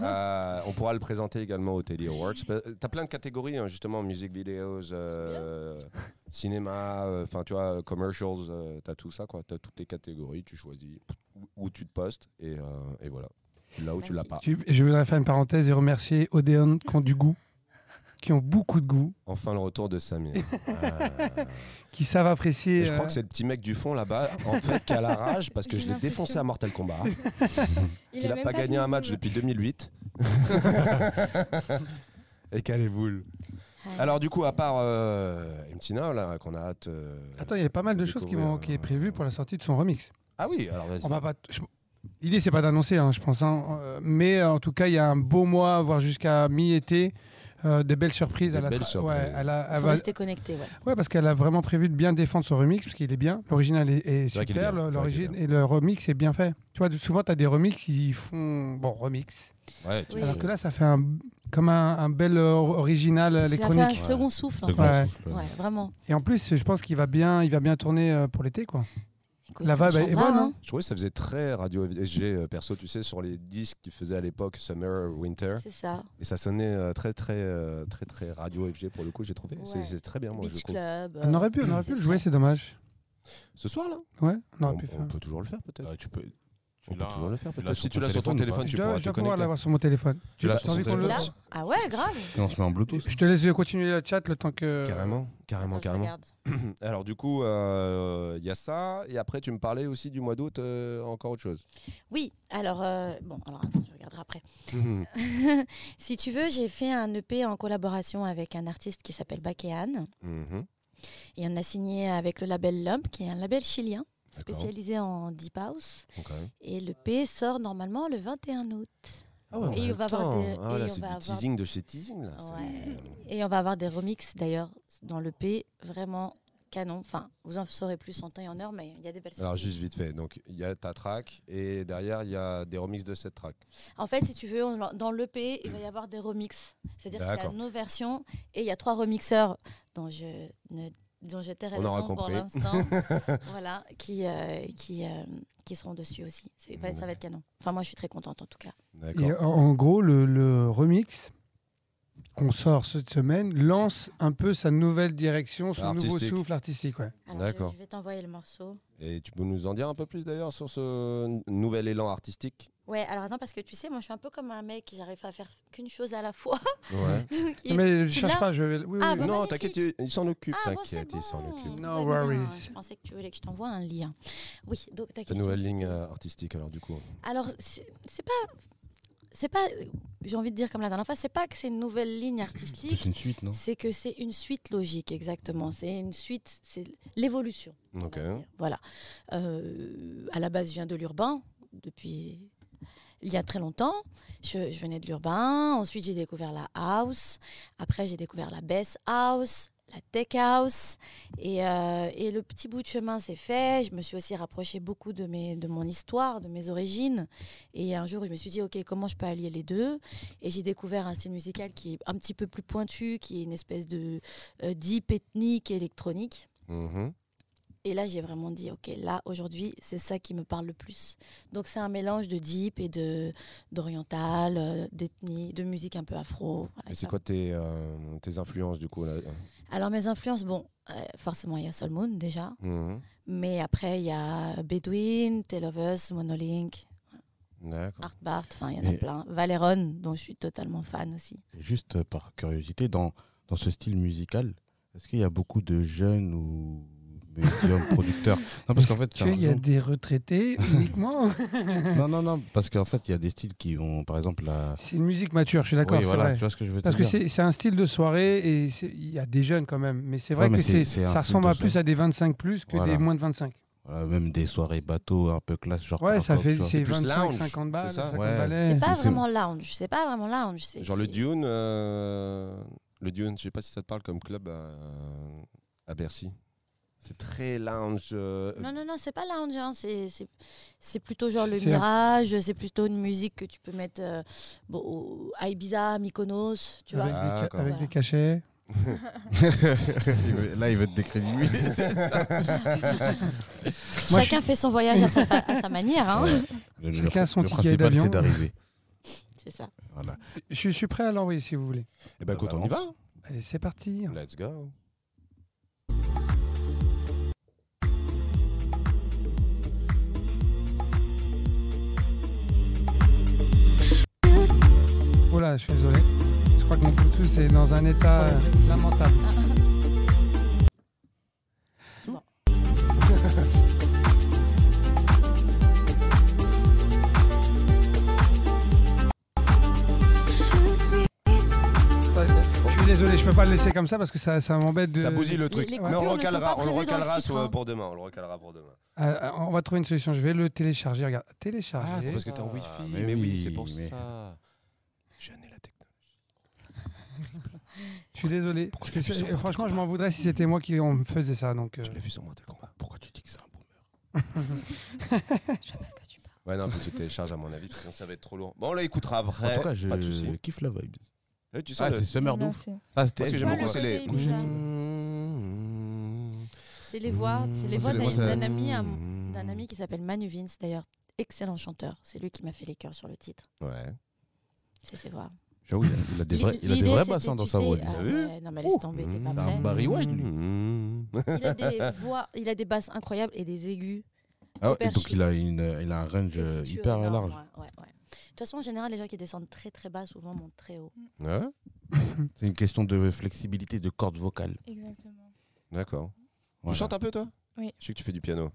B: Euh, on pourra le présenter également au Teddy Awards. Tu as plein de catégories, hein, justement, music videos, euh, cinéma, euh, enfin, tu vois, commercials, tu as tout ça, quoi. Tu as toutes les catégories, tu choisis où- où tu te postes, et, euh, et voilà. Là où tu l'as pas.
C: Tu- Je voudrais faire une parenthèse et remercier Odéon qui ont du goût, qui ont beaucoup de goût,
B: Enfin, le retour de Samir. Ah.
C: qui savent apprécier.
B: Et je crois
C: euh,
B: que c'est le petit mec du fond là-bas, en fait, qui a la rage parce que je
E: J'ai
B: l'ai défoncé
E: l'impression.
B: à Mortal Kombat. Il
E: a
B: n'a
E: même
B: pas gagné
E: fini
B: un match
E: le-
B: depuis 2008. Et qu'elle est boule. Alors, du coup, à part euh, Emtina, là, qu'on a hâte. euh,
C: Attends, il y a pas mal de choses qui, vont, qui est
B: découvrir,
C: prévu pour la sortie de son remix.
B: Ah oui, alors vas-y.
C: On va pas. je- L'idée c'est pas d'annoncer, hein, je pense. hein, euh, mais euh, en tout cas, il y a un beau mois, voire jusqu'à mi-été, euh, des belles surprises.
B: Des
C: elle a
B: belles
C: tra-
B: surprises.
C: ouais, elle a- elle
D: Faut
C: va-
D: rester connecté, ouais.
C: ouais, parce qu'elle a vraiment prévu de bien défendre son remix parce qu'il est bien. L'original est, est
B: C'est vrai qu'il est
C: super,
B: bien,
C: le-
B: c'est vrai qu'il est
C: l'origine et le remix est bien fait. Tu vois, souvent t'as des remix ils font bon remix,
B: Ouais, tu-
D: Oui.
C: alors que là ça fait un comme un, un bel euh, original
D: Ça fait un
C: électronique.
D: second souffle. en
C: vrai. Ouais.
A: souffle.
D: fait. Ouais, vraiment.
C: Et en plus, je pense qu'il va bien, il va bien tourner euh, pour l'été quoi.
D: Écoute,
C: La vibe est
D: Inch'Allah,
C: bonne, hein.
B: Je trouvais que ça faisait très radio SG euh, perso, tu sais, sur les disques qu'ils faisaient à l'époque, Summer, Winter.
D: hein. C'est ça.
B: Et ça sonnait euh, très, très, euh, très, très radio FG pour le coup, j'ai trouvé. C'est-
D: Ouais.
B: C'est très bien, moi, je
D: Beach
B: trouve.
D: Club.
C: On
D: euh,
C: aurait pu, on aurait pu
D: c'est
C: le jouer, c'est dommage.
B: Ce soir, là
C: Ouais, on aurait
B: on,
C: pu
B: on
C: faire.
B: peut toujours le faire peut-être.
A: Ah, tu peux.
B: On
A: Tu
B: peut
A: l'as.
B: toujours le faire
A: tu
B: peut-être.
A: l'as
B: Si
A: sur
B: tu
A: ton
B: l'as sur ton téléphone,
A: téléphone
B: tu
C: je dois,
B: pourras
C: je
B: te
C: dois pouvoir
B: connecter.
C: l'avoir sur mon téléphone.
A: Tu l'as
C: T'as
A: sur
C: envie
A: ton
C: qu'on le-
D: Là
A: téléphone
D: Ah ouais, grave.
A: on se met en Bluetooth.
C: Je te laisse continuer le chat le temps que.
B: Carrément, carrément,
D: Attends, je
B: carrément.
D: regarde.
B: Alors du coup, euh, il y a ça, et après tu me parlais aussi du mois d'août, euh, encore autre chose.
D: Oui, alors, euh, bon, alors attends, je regarderai après.
B: Mhm.
D: si tu veux, j'ai fait un EP en collaboration avec un artiste qui s'appelle Bakéan.
B: Mhm.
D: Et on a signé avec le label Lump, qui est un label chilien
B: D'accord.
D: spécialisé en Deep House.
B: Ok.
D: Et l'EP sort normalement le 21 août.
B: Ah ouais,
D: Et
B: on a
D: on
B: le
D: va avoir
B: temps.
D: des-
B: Ah,
D: et
B: là,
D: on
B: c'est du
D: va avoir-
B: teasing de chez teasing là. ça y est.
D: Ouais. Et on va avoir des remixes d'ailleurs dans l'EP, vraiment canon. Enfin, vous en saurez plus en temps et en heure, mais il y a des belles
B: Alors
D: surprises.
B: juste vite fait, donc il y a ta track et derrière il y a des remixes de cette track.
D: En fait, si tu veux, on- dans l'EP, il va y avoir des remixes. C'est-à-dire qu'il y a
B: D'accord.
D: nos versions et il y a trois remixeurs dont je ne dont je tairai
B: On
D: le
B: aura
D: nom pour
B: compris.
D: l'instant, voilà, qui, euh, qui, euh, qui seront dessus aussi. C'est- va- ça va être canon. Enfin, moi, je suis très contente en tout cas.
B: D'accord.
C: Et en- en gros, le, le remix qu'on sort cette semaine lance un peu sa nouvelle direction, son
B: Artistique.
C: nouveau souffle artistique. Ouais.
D: Alors, je-
B: D'accord.
D: Je, vais t'envoyer le morceau.
B: Et tu peux nous en dire un peu plus d'ailleurs sur ce n- nouvel élan artistique
D: Ouais, alors non, parce que tu sais, moi, je suis un peu comme un mec, j'arrive à faire qu'une chose à la fois.
B: Ouais.
D: Donc, il-
C: Mais je
D: tu
C: cherche
D: l'as
C: pas, je vais. Oui,
D: Ah,
C: oui,
D: bon,
B: non,
D: magnifique.
B: t'inquiète, il- il s'en occupe,
D: Ah, bon, c'est
B: t'inquiète, il s'en
D: bon.
B: occupe.
D: Tout
C: No
D: va bien.
C: worries.
D: Je pensais que tu voulais que je t'envoie un lien. Oui, donc ta
B: Ta
D: question,
B: nouvelle
D: c'était-
B: ligne euh, artistique alors du coup.
D: Alors, c'est c'est pas. C'est pas. J'ai envie de dire comme la dernière fois, c'est pas que c'est une nouvelle ligne
A: C'est
D: artistique,
A: une suite, non
B: hein.
D: c'est que c'est une suite logique, exactement. C'est une suite, c'est l'évolution. on
B: Ok.
D: va dire. Voilà. Euh, à la base, je viens de l'urbain depuis. Il y a très longtemps, je, je venais de l'urbain. Ensuite, j'ai découvert la house. Après, j'ai découvert la bass house, la tech house. Et, euh, et le petit bout de chemin s'est fait. Je me suis aussi rapprochée beaucoup de, mes, de mon histoire, de mes origines. Et un jour, je me suis dit, OK, comment je peux allier les deux Et j'ai découvert un style musical qui est un petit peu plus pointu, qui est une espèce de euh, deep ethnique électronique.
B: Mhm.
D: Et là, j'ai vraiment dit, OK, là, aujourd'hui, c'est ça qui me parle le plus. Donc, c'est un mélange de deep et de d'oriental, euh, d'ethnie, de musique un peu afro. voilà,
B: Et c'est
D: ça.
B: quoi tes, euh, tes influences du coup là
D: Alors, mes influences, bon, euh, forcément, il y a Soul Moon déjà.
B: Mhm.
D: Mais après, il y a Bedouin, Tale of Us, Monolink,
B: D'accord.
D: Art Bart, enfin, il y en a
A: Et-
D: plein. Valeron, dont je suis totalement fan aussi.
A: Juste euh, par curiosité, dans, dans ce style musical, est-ce qu'il y a beaucoup de jeunes ou médiums producteurs Non, parce qu'en fait, t'as
C: il y a
A: raison.
C: des retraités uniquement.
A: non, non, non, parce qu'en fait, il y a des styles qui ont, par exemple, la.
C: c'est une musique mature, je suis d'accord,
A: Oui,
C: c'est
A: voilà,
C: vrai.
A: tu vois ce que je veux te
C: Parce que
A: dire.
C: c'est c'est un style de soirée et c'est- il y a des jeunes quand même. Mais c'est vrai
A: Ouais, mais
C: que
A: c'est-
C: c'est
A: c'est un
C: ça
A: style de
C: ressemble à
A: soirée.
C: plus à des 25 plus que
A: Voilà.
C: des moins de 25.
A: Voilà, même des soirées bateaux un peu classe, genre.
C: Ouais,
A: club
C: ça
A: pop,
C: fait
A: tu vois.
C: c'est
B: plus
C: 25,
B: lounge,
C: 50 balles,
B: Ah, c'est ça
C: 50
A: Ouais.
C: balais.
D: C'est pas
A: c'est-
D: vraiment lounge, c'est pas vraiment lounge. c'est-
B: Genre le
D: c'est-
B: Dune, euh, le Dune, je sais pas si ça te parle comme club euh, à Bercy. C'est très lounge. euh,
D: Non, non, non, c'est pas lounge, hein, c'est- c'est c'est plutôt genre le
C: C'est un-
D: mirage, c'est plutôt une musique que tu peux mettre euh, bon, au- à Ibiza, Mykonos, tu vois.
C: Avec, des, ca-
B: D'accord.
C: avec des cachets.
A: Il veut- Là, il veut te
B: Eh
A: décrédibiliser.
B: ben,
C: Moi,
D: Chacun fait son voyage à sa, fa- à sa manière. hein.
A: Ouais. Le- le-
C: Ah Chacun son
A: le
C: ticket
A: principal,
C: d'avion.
A: c'est d'arriver.
D: C'est ça.
A: Voilà.
C: Je suis prêt à l'envoyer si vous voulez.
B: Eh ben, écoute, on y va.
C: Allez, c'est parti.
B: Let's go.
C: Oula, Oh je suis désolé. Je crois que mon Bluetooth est dans un état euh, lamentable. Je suis désolé, je peux pas le laisser comme ça parce que ça, ça m'embête
A: Euh,
C: de.
B: Ça bousille le
D: les-
B: truc.
D: les
B: Mais on le
D: coupures ne sont
B: recalera,
D: pas
B: on le
D: prévues dans le
B: recalera
D: titre,
B: sur-
D: hein.
B: pour demain. On le recalera pour demain.
C: Ah, ah, on va trouver une solution. Je vais le télécharger. Regarde, télécharger.
B: Ah, c'est parce que t'es en
A: Ah,
B: wifi.
A: mais
B: Mais, oui,
A: oui,
B: c'est pour
A: mais-
B: ça. Jeune et la technologie.
C: Je suis désolé. Parce
B: Pourquoi
C: que
B: tu fais
C: c'est-
B: ça,
C: franchement,
B: toi,
C: je m'en voudrais si c'était moi qui on me faisait ça. Donc, euh,
B: Je l'ai vu sur Mortal Kombat.
A: Pourquoi tu dis que c'est un boomer
D: Je vois pas de quoi tu parles.
B: Ouais, non, parce que tu télécharges à mon avis, parce que sinon ça va être trop lourd. Bon, on l'écoutera
A: En
B: après.
A: tout cas, je
B: Pas de soucis.
A: kiffe la vibe.
B: Eh, tu sais,
A: Ah,
B: le-
A: c'est Summer d'ouf. Ah,
B: Parce
A: c'était
B: que
A: elle,
B: j'aime
A: je
B: beaucoup, Mm.
A: vois.
B: c'est
E: le
B: les.
E: côté bizarre.
D: C'est les voix, c'est
B: Mmh.
D: les voix
A: Mmh. les
D: d'un
A: voix, ça- Mmh.
D: d'un ami, à mon- d'un ami qui s'appelle Manu Vince, d'ailleurs, excellent chanteur. C'est lui qui m'a fait les chœurs sur le titre.
B: Ouais.
D: C'est ses voix.
A: J'avoue, il a- il a des vrais, il a des
D: L'idée,
A: vrais
D: c'était,
A: bassins
D: tu
A: dans sa
D: sais,
A: voix. lui.
D: ah
B: T'as vu
D: ouais, Non, mais laisse tomber,
B: Mmh.
D: t'es pas
A: Mmh, T'as un
D: prêt.
A: Barry White, lui.
D: Il a des voix, il a des basses incroyables et des aigus.
A: Ah ouais, et
D: hyper
A: donc
D: chic.
A: il a, une, il a un range
D: Et si
A: euh,
D: tu
A: hyper
D: énorme,
A: large.
D: ouais, ouais, ouais. De toute façon, en général, les gens qui descendent très très bas souvent montent très haut.
B: Ouais,
A: C'est une question de flexibilité de corde vocale.
E: Exactement.
B: D'accord.
A: Voilà.
B: Tu chantes un peu, toi
E: Oui.
B: Je sais que tu fais du piano.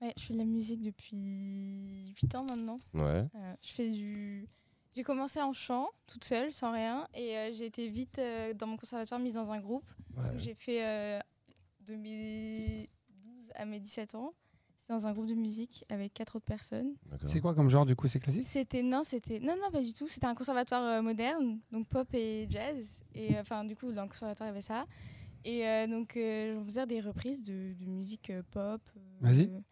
E: Ouais, je fais de la musique depuis 8 ans maintenant.
B: Ouais.
E: Euh, je fais du. J'ai commencé en chant, toute seule, sans rien, et euh, j'ai été vite euh, dans mon conservatoire mise dans un groupe. Donc, J'ai fait euh, de mes 12 à mes 17 ans. C'était dans un groupe de musique avec quatre autres personnes.
B: D'accord.
C: c'est quoi comme genre du coup C'est classique
E: C'était non, c'était non, non, pas du tout. C'était un conservatoire euh, moderne, donc pop et jazz. Et euh, enfin, du coup, dans le conservatoire, il y avait ça. Et euh, donc, euh, on faisait des reprises de, de musique euh, pop. euh,
C: Vas-y.
E: de-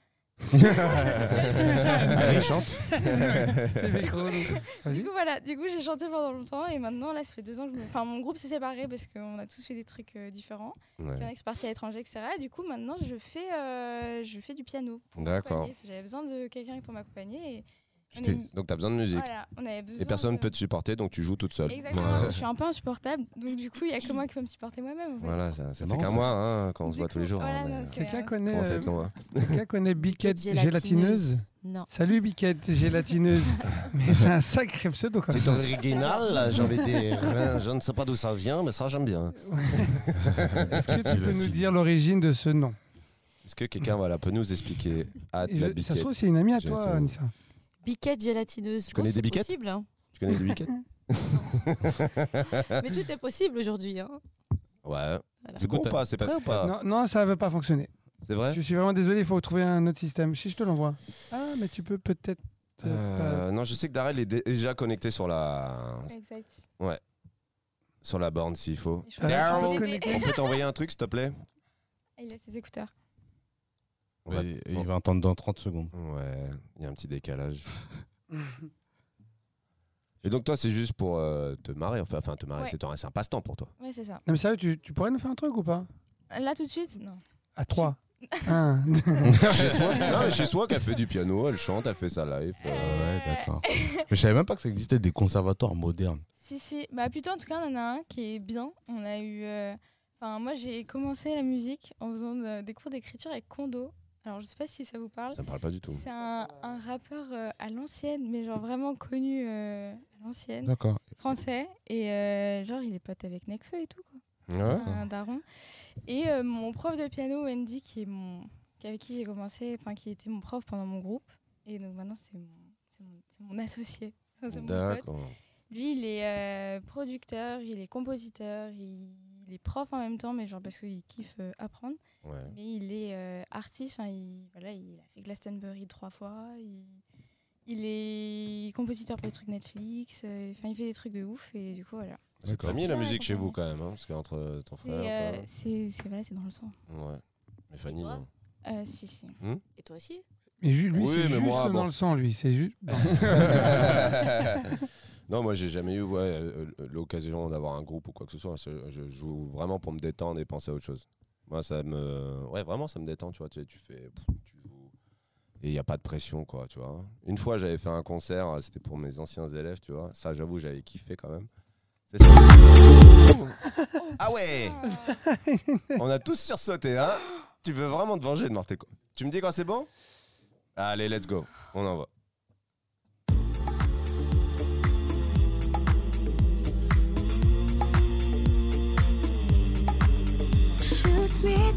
C: hein
A: Allez, chante.
C: C'est le micro, donc.
E: Du
C: Vas-y.
E: coup, voilà, du coup, j'ai chanté pendant longtemps et maintenant, là, ça fait deux ans que je me- Enfin, mon groupe s'est séparé parce qu'on a tous fait des trucs euh, différents. Il y en a
B: Ouais.
E: qui sont partis à l'étranger, etc. Et du coup, maintenant, je fais, euh, je fais du piano. pour
B: D'accord.
E: m'accompagner, parce que J'avais besoin de quelqu'un pour m'accompagner. Et on,
A: Putain,
E: est-
B: Donc, t'as besoin de musique.
E: voilà, on avait besoin.
B: Et personne
E: de-
B: peut te supporter, donc tu joues toute seule.
E: Exactement,
B: Ouais.
E: je suis un peu insupportable. Donc, du coup, il y a que moi qui peux me supporter moi-même. en fait.
B: Voilà, ça, ça
A: C'est
B: fait
A: marrant,
B: qu'un
A: ça.
B: mois hein, quand on
E: Du
B: se voit
E: coup,
B: tous les jours.
E: voilà,
B: hein,
E: non,
B: mais-
E: c'est-
C: Quelqu'un connaît,
B: Comment ça va
C: euh,
B: être long, hein
C: quelqu'un connaît Biquette
D: Biquette
C: gélatineuse
D: Non.
C: Salut Biquette gélatineuse. Mais c'est un sacré pseudo quand même.
B: original, j'ai envie de dire. Hein, Je ne sais pas d'où ça vient, mais ça, j'aime bien.
C: Est-ce que tu peux nous
A: Gélatine.
C: dire l'origine de ce nom
B: Est-ce que quelqu'un voilà, peut nous expliquer Hâte
C: Et
B: la
C: je- Ça se
B: Ah, biquette.
C: trouve, c'est une amie à toi,
B: Gélatine.
C: Anissa.
D: Biquette gélatineuse. Je
B: connais
D: pense
B: des
D: que
B: biquettes
D: c'est possible, hein.
B: Tu connais le week
D: Mais tout est possible aujourd'hui. hein.
B: Ouais.
D: Voilà.
B: Ah. C'est bon ou pas C'est prêt ou pas
C: Non, non, ça ne veut pas fonctionner.
B: C'est vrai
C: Je suis vraiment désolé, il faut trouver un autre système. Si je te l'envoie. Ah, mais tu peux peut-être. euh,
B: Euh, non, je sais que Darrell est dé- déjà connecté sur la
E: Exact.
B: sur la borne s'il faut.
E: Et je
C: pas-
E: crois que
B: Daryl.
E: je suis
C: Connecté.
E: bébé.
B: On peut t'envoyer un truc s'il te plaît
E: Ah, Il a ses écouteurs.
B: On va-
A: Et- et Il va entendre dans 30 secondes.
B: Ouais, il y a un petit décalage. Et donc toi, c'est juste pour euh, te marrer, enfin, enfin, te marrer,
E: Ouais.
B: c'est un- c'est un passe-temps pour toi.
E: Ouais, c'est ça.
C: Non, mais sérieux, tu, tu pourrais nous faire un truc ou pas
E: Là, tout de suite Non.
C: À 3. 1.
B: chez soi, non, mais chez soi, qu'elle fait du piano, elle chante, elle fait sa life. euh,
A: Ah Ouais, d'accord. Mais je savais même pas que ça existait des conservatoires modernes.
E: Si, si. Bah, plutôt, en tout cas, on en a un qui est bien. On a eu. euh, Enfin, moi, j'ai commencé la musique en faisant de- des cours d'écriture avec Kondo. Alors, je sais pas si ça vous parle.
B: Ça me parle pas du tout.
E: C'est un, un rappeur euh, à l'ancienne, mais genre vraiment connu euh, à l'ancienne,
A: D'accord.
E: français. Et euh, genre, il est pote avec Necfeu et tout, quoi.
B: Ouais.
E: un daron. Et euh, mon prof de piano, Wendy, qui est mon, qui- avec qui j'ai commencé, enfin qui était mon prof pendant mon groupe. Et donc maintenant, c'est mon, c'est mon, c'est mon associé. C'est mon pote.
B: D'accord.
E: Lui, il est euh, producteur, il est compositeur, il, il est prof en même temps, mais genre parce qu'il kiffe euh, apprendre.
B: Ouais.
E: Mais il est euh, artiste, enfin, il, voilà, il a fait Glastonbury trois fois, il, il est compositeur pour des trucs Netflix, euh, enfin il fait des trucs de ouf. Et du coup, voilà.
B: C'est
A: D'accord.
B: très mis la
E: Ouais,
B: musique chez
E: comprends.
B: vous quand même, hein, parce qu'entre ton
E: C'est
B: frère,
E: euh, c'est- c'est- voilà, c'est dans le sang.
B: toi, ouais. Mais Fanny,
D: toi
B: non.
E: Euh, si, si.
D: Et toi aussi
C: Mais ju- lui,
B: Oui,
C: c'est
B: mais
C: juste
B: moi,
C: dans
B: bon.
C: le sang, lui. C'est juste.
B: non, Non, moi, j'ai jamais eu ouais, euh, l'occasion d'avoir un groupe ou quoi que ce soit. Je, je joue vraiment pour me détendre et penser à autre chose. Moi, ça me. Ouais, vraiment, ça me détend, tu vois. Tu, tu fais. pff, tu joues. Et il n'y a pas de pression, quoi, tu vois. Une fois, j'avais fait un concert, euh, c'était pour mes anciens élèves, tu vois. Ça, j'avoue, j'avais kiffé quand même. C'est ça. ah ouais On a tous sursauté, hein Tu veux vraiment te venger de Mortal Kombat Tu me dis quand c'est bon Allez, let's go. On envoie.
F: Shoot me.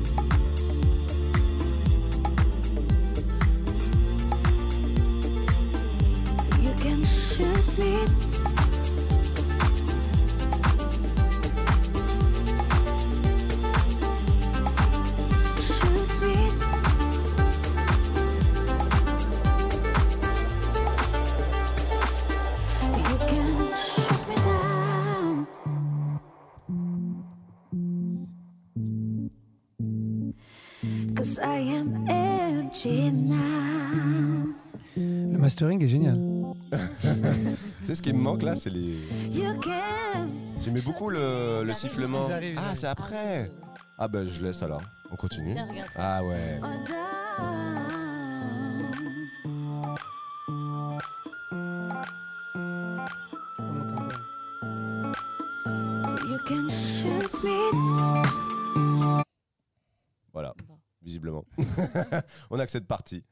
F: You can shoot me. Shoot me. You can shoot me down. Cause I am empty now.
C: Le mastering est génial.
B: Tu sais, ce qui me manque là, c'est les.
F: You can.
B: J'aimais beaucoup le, le sifflement.
C: Ils arrivent, ils
B: Ah,
C: arrivent.
B: c'est après Ah, ben je laisse alors. On continue.
D: Tiens, regarde.
B: Ah ouais.
F: or down. You can shoot me.
B: Voilà, visiblement. On a que cette partie.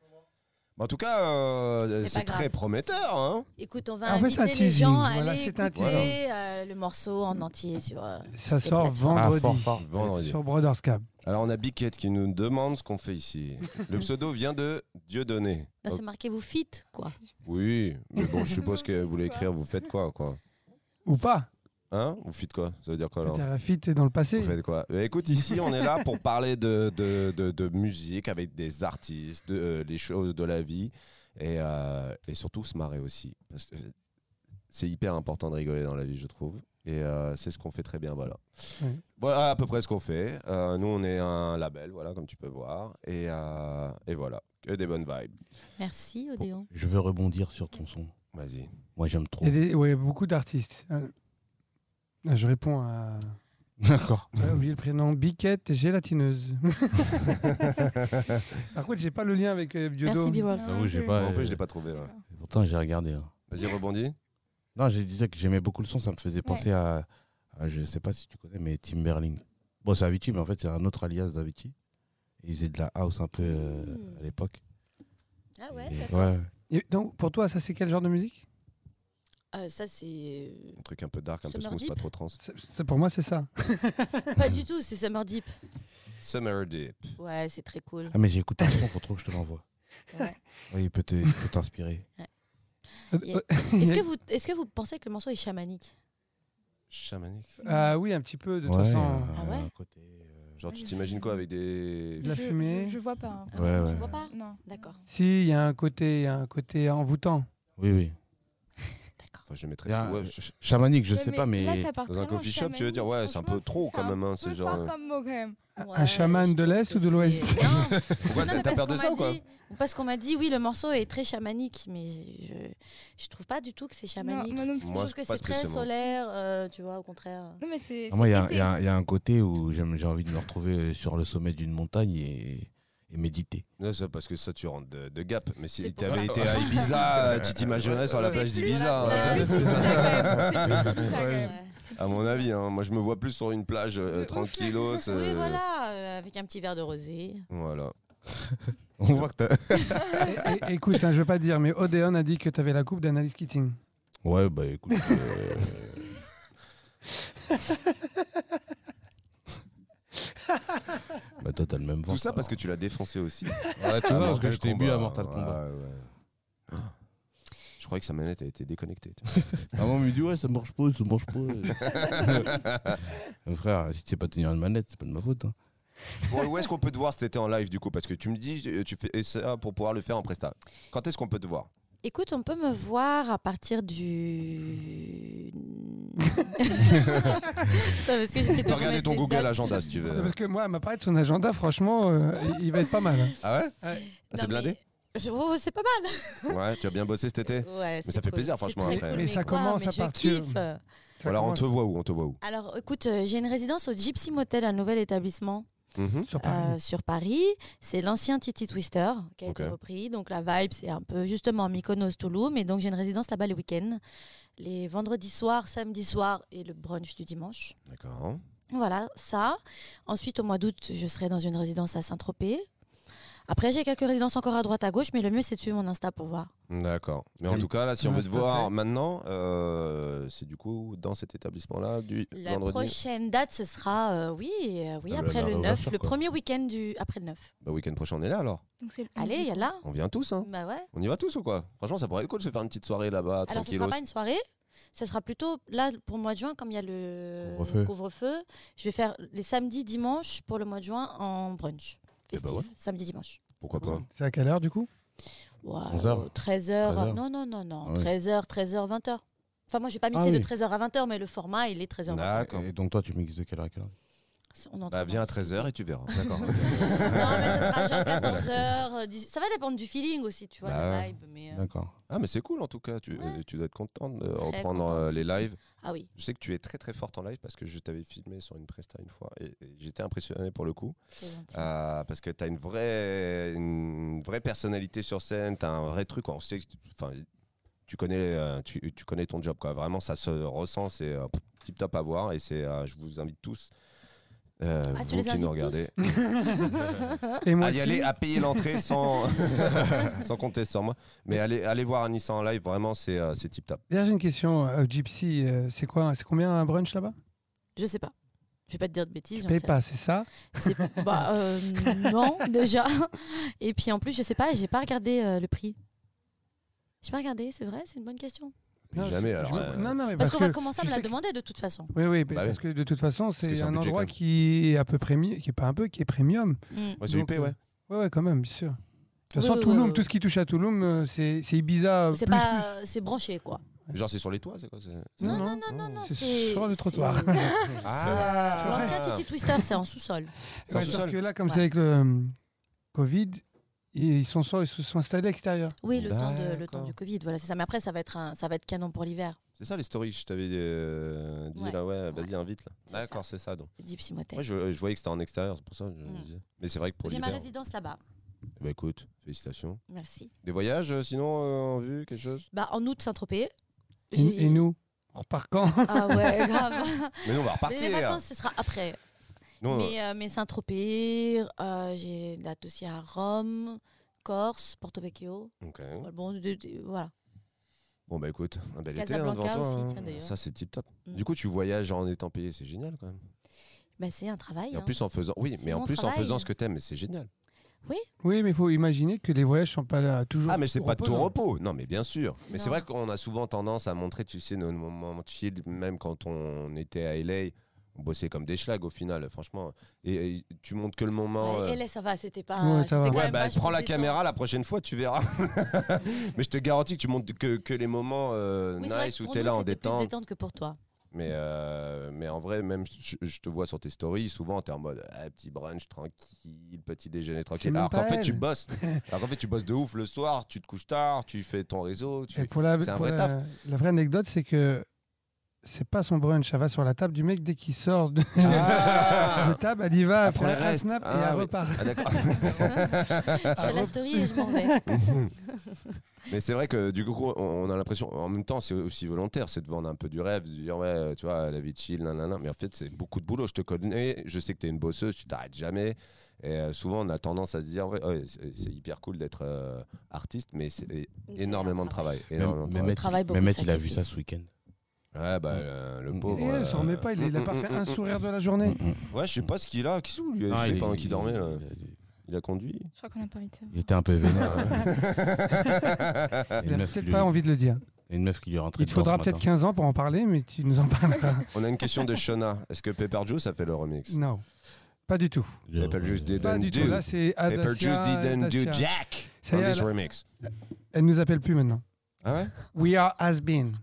B: Mais en tout cas, euh,
D: C'est
B: c'est
D: pas grave.
B: très prometteur. Hein
D: Écoute, on va
C: Ah, En fait, c'est un
D: inviter les
C: teasing.
D: gens à
C: Voilà,
D: aller
C: c'est un
D: écouter
B: teasing.
D: euh, le morceau
B: Hmm.
D: en entier sur. euh,
C: Ça
D: les
C: sort
D: plateformes.
A: Ah,
C: vendredi
A: fort, fort.
B: Vendredi.
C: sur Brothers Cab.
B: Alors, on a Biquette qui nous demande ce qu'on fait ici. Le pseudo vient de Dieudonné.
D: Non,
B: Oh,
D: Ah, bah, c'est marqué vous fit quoi.
B: oui, mais bon, je suppose que vous voulez écrire, vous faites quoi, quoi
C: Ou pas
B: Hein Vous faites quoi Ça veut dire quoi, alors
C: Peter Lafitte est dans le passé.
B: Vous faites quoi Euh, Écoute, ici, on est là pour parler de, de, de- de musique avec des artistes, de, euh, les choses de la vie et, euh, et surtout se marrer aussi. Parce que euh, c'est hyper important de rigoler dans la vie, je trouve. Et euh, c'est ce qu'on fait très bien, voilà.
C: Ouais.
B: Voilà à peu près ce qu'on fait. Euh, nous, on est un label, voilà, comme tu peux voir. Et, euh, et voilà, que des bonnes vibes.
D: Merci Odéon.
A: Je veux rebondir sur ton son.
B: Vas-y.
A: Moi, j'aime trop.
C: Il y a des- ouais, beaucoup d'artistes. Euh, Je réponds à.
A: D'accord.
C: J'ai oublié le prénom. Biquette gélatineuse. Par contre, j'ai pas le lien avec euh, Biodo.
D: Merci B-Wolf.
A: Ah
E: J'avoue, j'ai
B: Bon,
E: pas-
B: en plus, je l'ai pas trouvé. ouais.
E: D'accord.
A: euh, Pourtant, j'ai regardé. hein.
B: Vas-y, rebondis.
A: Non, je disais que j'aimais beaucoup le son, ça me faisait penser à, à- je sais pas si tu connais, mais Timberling. Bon, c'est Avicii, mais en fait, c'est un autre alias d'Avicii. Et Il faisait de la house un peu euh,
D: Mm.
A: à l'époque.
D: Ah ouais.
A: Et-
D: d'accord.
A: ouais.
C: Et donc, pour toi, ça, c'est quel genre de musique
D: Euh, ça c'est euh,
B: Un truc un peu dark, un peu
D: Summer
B: smooth,
D: Deep.
B: pas trop trans.
C: Ça- ça, Pour moi, c'est ça.
D: pas du tout, c'est Summer Deep.
B: Summer Deep.
D: Ouais, c'est très cool.
A: Ah, mais j'ai écouté un son, faut trop que je te l'envoie.
D: Ouais.
A: Oui, il peut te- il peut t'inspirer.
D: Yeah. Est-ce que vous est-ce que vous pensez que le morceau est chamanique
B: Chamanique.
C: Ah oui, un petit peu, de toute
A: Ouais,
C: façon.
A: euh,
D: Ah ouais
A: côté, euh,
B: Genre, tu t'imagines quoi avec des.
C: De la
E: Je-
C: fumée.
E: Je, je vois pas. hein.
A: Ouais, ouais.
D: Ah Tu vois pas
E: Non.
D: D'accord.
C: Si, il y a un côté, il y a un côté envoûtant.
A: Oui, oui.
B: Enfin, je les mettrais.
A: Il y a un-
B: ouais, je-
A: Chamanique, je
E: Ouais,
A: sais pas, mais.
E: là, ça part
B: Dans un
E: vraiment
B: coffee shop, tu veux
E: chamanique,
B: dire, ouais, c'est un peu
E: franchement,
B: trop quand même, hein,
E: C'est
B: ce
E: un peu
B: genre.
E: fort comme mot quand même.
D: Ouais,
C: chaman
D: je
C: de
D: pense
C: l'Est
D: que
C: ou de
D: c'est-
C: l'Ouest
D: Non,
B: Pourquoi
D: Non,
B: t'as
D: mais
B: t'as
D: parce
B: peur de
D: qu'on
B: ça
D: m'a
B: ou quoi
D: dit- Parce qu'on m'a dit, oui, le morceau est très chamanique, mais je, je trouve pas du tout que c'est chamanique.
E: Non, moi non
D: je
E: plus.
B: Moi,
D: trouve que
B: pas
D: c'est très
B: spécialement.
D: solaire, euh, tu vois, au contraire.
E: Non, mais c'est.
A: Ah, moi, il y, a-
E: c'est
A: il y a un- il y a un côté où j'aime- j'ai envie de me retrouver euh, sur le sommet d'une montagne et, et méditer.
B: Non, c'est parce que ça, tu rentres de, de gap. Mais si
D: C'est pour
B: t'avais
D: ça.
B: été à Ibiza, euh, tu t'imaginerais sur la
E: C'est
B: plage
E: plus
B: d'Ibiza.
E: la
B: hein.
E: plage. C'est plus ça, quand même.
D: Euh,
B: À mon avis, hein. moi, je me vois plus sur une plage euh,
E: ouf.
B: tranquillos.
D: Oui,
B: euh,
D: voilà, euh, avec un petit verre de rosé.
B: Voilà.
A: On voit que t'as.
C: É- é- écoute, hein, je veux pas dire, mais Odéon a dit que tu avais la coupe d'analyse Keating.
A: Ouais, bah écoute. euh, bah toi, t'as le même ventre.
B: Tout ça parce que tu l'as défoncé aussi.
A: alors. Ouais, tout ça
B: Ah,
A: parce
B: Mortal
A: que je t'ai bu
B: Kombat.
A: à Mortal Kombat.
B: Ouais, ouais. Ah. Je croyais que sa manette a été déconnectée. tu vois.
A: Ah, moi, il me dit, ouais, ça marche pas, ça marche pas. Euh, Frère, si tu sais pas tenir une manette, c'est pas de ma faute. hein.
B: Bon, où est-ce qu'on peut te voir cet été en live du coup Parce que tu me dis, euh, tu fais ça pour pouvoir le faire en presta. Quand est-ce qu'on peut te voir
D: Écoute, on peut me voir à partir du. Attends, parce que j'essaie de
B: Tu regarder
D: remettre
B: ton
D: les
B: Google
D: dates.
B: Agenda si tu veux.
C: Parce que moi, elle m'a parlé de son agenda, franchement, euh, il va être pas mal.
B: Ah ouais
D: Non,
B: C'est blindé
D: mais- Je- oh, c'est pas mal.
B: Ouais, tu as bien bossé cet été
D: Ouais, c'est
B: ça fait
D: cool.
B: plaisir,
D: C'est
B: franchement,
D: très
B: après.
D: cool,
C: Mais ça
D: quoi,
C: commence
D: mais
C: à
D: je
C: partir-
D: kiffe.
B: Voilà, on te voit où On te voit où
D: Alors, écoute, euh, j'ai une résidence au Gypsy Motel, un nouvel établissement
B: Mhm.
C: Sur
D: euh,
C: Paris.
D: sur Paris. C'est l'ancien Titi Twister qui a
B: Ok.
D: été repris. Donc, la vibe, c'est un peu justement Mykonos, Toulouse. Mais donc, j'ai une résidence là-bas les week-ends, les vendredis soirs, samedi soir et le brunch du dimanche.
B: D'accord.
D: Voilà, ça. Ensuite, au mois d'août, je serai dans une résidence à Saint-Tropez. Après, j'ai quelques résidences encore à droite, à gauche, mais le mieux, c'est de suivre mon Insta pour voir.
B: D'accord. Mais en
C: Oui.
B: tout cas, là, si on
C: Ouais,
B: veut te
C: tout à
B: voir
C: fait.
B: maintenant, euh, c'est du coup dans cet établissement-là du
D: La
B: vendredi.
D: prochaine date, ce sera, euh, oui, euh, oui
A: Ah, Le-
D: après
A: la
D: le 9,
A: réouverture,
D: le
A: quoi.
D: premier week-end du... après le 9.
B: Bah, week-end prochain, on est là alors.
E: Donc c'est le
D: Allez, il y a là.
B: On vient tous, hein.
D: Bah ouais.
B: On y va tous ou quoi Franchement, ça pourrait être cool de se faire une petite soirée là-bas,
D: Alors, ce ne sera
B: tranquillos.
D: pas une soirée. Ce sera plutôt, là, pour le mois de juin, comme il y a le
A: Couvre-feu.
D: couvre-feu, je vais faire les samedis, dimanches pour le mois de juin en brunch.
B: Eh
A: ben
B: bah
D: Festif,
B: ouais.
D: samedi, dimanche.
B: Pourquoi pas
C: C'est à quelle heure du coup
D: Wow,
A: 11 heures.
D: 13 heures.
A: 13 heures.
D: Non, non, non, non.
A: Ah oui.
D: 13 heures, 13 heures, 20 heures. Enfin, moi, je vais pas mixer
A: Ah
D: de
A: oui.
D: 13 heures à 20 heures, mais le format, il est 13 heures. 20 heures.
B: D'accord.
A: Et donc toi, tu mixes de quelle heure à quelle heure
D: On est en train
B: Bah, viens à
D: d'en
B: 13h et tu verras. D'accord.
D: discuter. Non, mais ça sera genre 14 heures. euh, 18 Ça va dépendre du feeling aussi, tu vois,
B: Bah
D: la
B: ouais.
D: vibe. Mais, euh,
A: D'accord.
B: ah, mais c'est cool en tout cas. Tu, euh,
D: Ouais.
B: tu dois être contente de
D: Très
B: reprendre
D: contente.
B: euh, les lives.
D: Ah oui.
B: Je sais que tu es très très forte en live parce que je t'avais filmé sur une presta une fois et, et j'étais impressionné pour le coup.
D: c'est gentil.
B: Euh, parce que tu as une vraie, une vraie personnalité sur scène, tu as un vrai truc. On sait que tu- enfin, tu, connais, euh, tu, tu connais ton job. Quoi. Vraiment, ça se ressent, c'est euh, tip top à voir. Et c'est, euh, je vous invite tous, euh,
D: Ah, tu
B: vous
D: les
B: qui nous
D: invites
B: regardez,
D: Ah.
C: Et moi
B: à y
C: aussi.
B: aller, à payer l'entrée sans, sans compter sur moi. Mais allez, allez voir Anissa en live, vraiment, c'est, euh, c'est tip top.
C: D'ailleurs, j'ai une question. euh, Gypsy, euh, c'est quoi C'est combien un brunch là-bas
D: Je sais pas. Je vais pas te dire de bêtises.
C: Tu
D: j'en
C: payes
D: sais
C: pas, c'est ça
D: C'est- bah, euh, non, déjà. Et puis en plus, je sais pas, j'ai pas regardé euh, le prix. J'ai pas regardé, c'est vrai, c'est une bonne question.
B: Puis
C: Non,
B: jamais,
C: je-
B: alors,
C: je-
B: euh,
C: non, non, mais
D: Parce,
C: parce,
D: qu'on va
C: que
D: commencer à
C: je
D: me la
C: sais que-
D: demander de toute façon.
C: Oui, oui,
B: Bah
C: parce que de toute façon,
B: que
C: c'est
B: c'est un
C: un
B: budget, quand
C: endroit
B: même.
C: qui est à peu près mi- qui est pas un peu, qui est premium.
D: Mm.
B: Ouais, c'est
C: Donc,
B: UP, ouais.
C: Ouais, ouais, quand même, bien sûr. De toute
D: Oui,
C: façon,
D: oui,
C: Touloum,
D: oui, oui.
C: tout ce qui touche à Touloum, euh, c'est c'est Ibiza. euh,
D: C'est
C: plus,
D: pas, euh, c'est branché quoi.
B: Genre, c'est sur les toits, c'est quoi c'est-
C: plus. Non, non,
B: non, non.
C: c'est sur le trottoir.
D: c'est-
B: Ah,
D: L'ancien Titi Twister, c'est en sous-sol.
B: C'est en
C: Ouais, sauf
B: sous-sol.
C: que là, comme
D: Ouais.
C: c'est avec le euh, Covid, ils, sont, sortis- ils se sont installés à l'extérieur.
D: Oui, le temps, de- le
B: D'accord.
D: temps du Covid, voilà, c'est ça. Mais après, ça va être, un, ça va être canon pour l'hiver.
B: C'est ça les stories, je t'avais euh, dit
D: Ouais.
B: là, ouais, vas-y, invite
D: C'est
B: là. D'accord, c'est ça donc.
D: Gypsy Motel.
B: Moi, je, je voyais que c'était en extérieur, c'est pour ça. que je me
D: Mm.
B: disais. Mais c'est vrai que pour
D: J'ai ma
B: l'hiver.
D: résidence là-bas.
B: eh ben, écoute, félicitations.
D: Merci.
B: Des voyages, euh, sinon, euh, en vue, quelque chose
D: Bah, en août, Saint-Tropez. J'ai-
C: Et, et nous, on repart quand
D: Ah ouais, grave.
B: Mais nous, on va
D: Mais les
B: repartir.
D: vacances, ce sera après.
B: Nous, on-
D: Mais, euh, mais Saint-Tropez, euh, j'ai une date aussi à Rome, Corse, Porto Vecchio. Bah,
B: Ok.
D: Bon, de- de- voilà.
B: Bon, bah écoute, un bel été hein,
D: Casablanca
B: devant toi.
D: aussi,
B: hein.
D: tiens, d'ailleurs.
B: ça, c'est tip top.
D: Mm.
B: Du coup, tu voyages en étant payé, c'est génial quand même.
D: Bah, c'est un travail.
B: Et en
D: hein.
B: plus, en faisant. Oui,
D: C'est
B: mais en
D: mon
B: plus, en
D: travail.
B: faisant ce que t'aimes, c'est génial.
C: Oui, mais il faut imaginer que les voyages sont pas euh, toujours.
B: Ah, mais c'est pas de tout
C: reposants.
B: repos. Non, mais bien sûr. Mais c'est
D: Non.
B: vrai qu'on a souvent tendance à montrer, tu sais, nos moments chill, même quand on était à LA. On bossait comme des schlags au final, franchement. Et, et tu montres que le moment.
D: Ouais,
B: euh,
D: et là, ça va, c'était pas.
C: Ouais, ça
D: c'était
C: va.
D: quand
B: Ouais,
D: même
B: bah,
D: vachement
B: prends la
D: détente.
B: caméra la prochaine fois, tu verras. mais je te garantis que tu montes que, que les moments euh,
D: Oui, c'est vrai
B: nice
D: que
B: où
D: pour
B: t'es
D: nous,
B: là en
D: c'était plus
B: détente.
D: détente que pour toi.
B: Mais, euh, mais en vrai, même je, je te vois sur tes stories, souvent t'es en mode ah, petit brunch tranquille, petit déjeuner tranquille.
C: même
B: Alors qu'en
C: pas
B: fait, tu
C: elle.
B: bosses. Alors qu'en fait, tu bosses de ouf le soir, tu te couches tard, tu fais ton réseau. Tu...
C: Et pour la,
B: C'est un
C: pour
B: vrai
C: la-
B: taf.
C: la vraie anecdote, c'est que c'est pas son brunch, ça va sur la table du mec dès qu'il sort de,
B: Ah
C: de table, elle y va, elle
B: Après
C: prend
B: le
C: un Ah
B: reste.
C: snap et
B: Ah,
C: elle
B: oui.
C: repart.
B: Ah, d'accord. Ah,
D: je fais la story et je m'en vais.
B: Mais c'est vrai que du coup, on, on a l'impression, en même temps, c'est aussi volontaire, c'est de vendre un peu du rêve, de dire ouais, euh, tu vois, la vie chill, nanana. Mais en fait, c'est beaucoup de boulot. Je te connais, je sais que t'es une bosseuse, tu t'arrêtes jamais. Et euh, souvent, on a tendance à se dire ouais, ouais, c'est c'est hyper cool d'être euh, artiste, mais c'est énormément de travail. énormément de
A: Même
B: travail.
A: Mehmet,
D: travaille beaucoup
A: Mehmet,
D: de
A: il a vu ça
D: sacrifices.
A: ce week-end.
B: Ouais, bah, euh,
A: Mm.
B: le pauvre.
C: Et elle s'en remet pas, il, il a
B: mm,
C: pas
B: mm,
C: fait
B: mm,
C: un
B: mm.
C: sourire de la journée.
B: Ouais, je sais pas ce qu'il a. Qu'est-ce qu'il lui a
A: Ah,
B: fait
A: il-
B: pendant qu'il dormait là
A: il- il-
B: Il a conduit
E: Je crois qu'on n'a pas envie de ça.
A: Il était un peu vénère.
C: Il a peut-être pas envie de le dire.
A: Il y a une meuf qui lui est rentrée
C: Il te faudra peut-être 15 ans pour en parler, mais tu nous en parleras.
B: On a une question de Shona. Est-ce que Pepper Joe, ça fait le remix
C: non, pas du tout.
A: Il
B: Apple Juice did
C: Pas du
B: Didn't do.
C: tout. Là, c'est
B: Pepper Juice
C: Adacia,
B: didn't do
C: Adacia.
B: jack
C: Ça
B: on
C: y est,
B: this
C: elle-
B: remix.
C: Elle nous appelle plus maintenant.
B: Ah ouais
C: We are has been.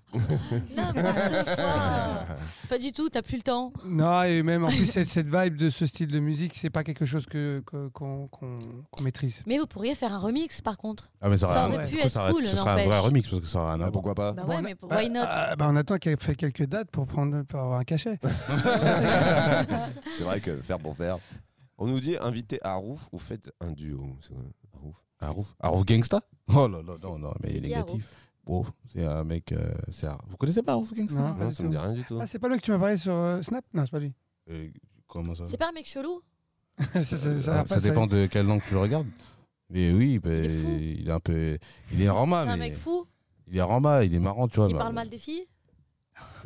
D: Bah, Pas du tout, t'as plus le temps.
C: Non, et même en plus, cette, cette vibe de ce style de musique, c'est pas quelque chose que, que- qu'on, qu'on- qu'on maîtrise.
D: Mais vous pourriez faire un remix par contre.
A: Ah, mais ça,
D: Ça
A: aura-
D: aurait pu
A: ça
D: être
A: aurait-
D: cool, hein,
A: ce sera un vrai
D: n'empêche.
A: remix parce que ça aura un
B: Bah,
A: impact.
B: Pourquoi pas
D: Bah
C: Bon,
D: ouais,
C: on a-
D: mais pour- why not
C: Ah, bah, on attend qu'elle fait quelques dates pour, prendre, pour avoir un cachet.
B: Bah, C'est vrai que faire pour faire. On nous dit invitez Arouf ou faites un duo. C'est quoi, Arouf
A: Arouf Arouf Gangsta Oh là là, non, non, mais
D: C'est
A: il est
D: qui,
A: négatif. Bon, c'est un mec. euh, c'est un- Vous connaissez pas Arouf Gangsta
C: Non, pas
B: Non,
C: du
B: ça me
C: tout.
B: dit rien du tout.
C: Ah, c'est pas lui que tu m'as parlé sur euh, Snap Non, c'est pas lui.
A: Euh, Comment ça
D: C'est pas un mec chelou
C: ça, ça- ça a
A: Ah,
C: l'air
A: ça
C: pas- ça-
A: dépend de quelle langue tu le regardes. Mais oui, bah,
D: est fou.
A: il est un peu. Il est
D: C'est
B: Ah,
A: Rama,
D: un
A: mais.
D: mec fou
A: Il est Rama, il est marrant, tu vois.
D: qui
A: mais-
D: parle mal des filles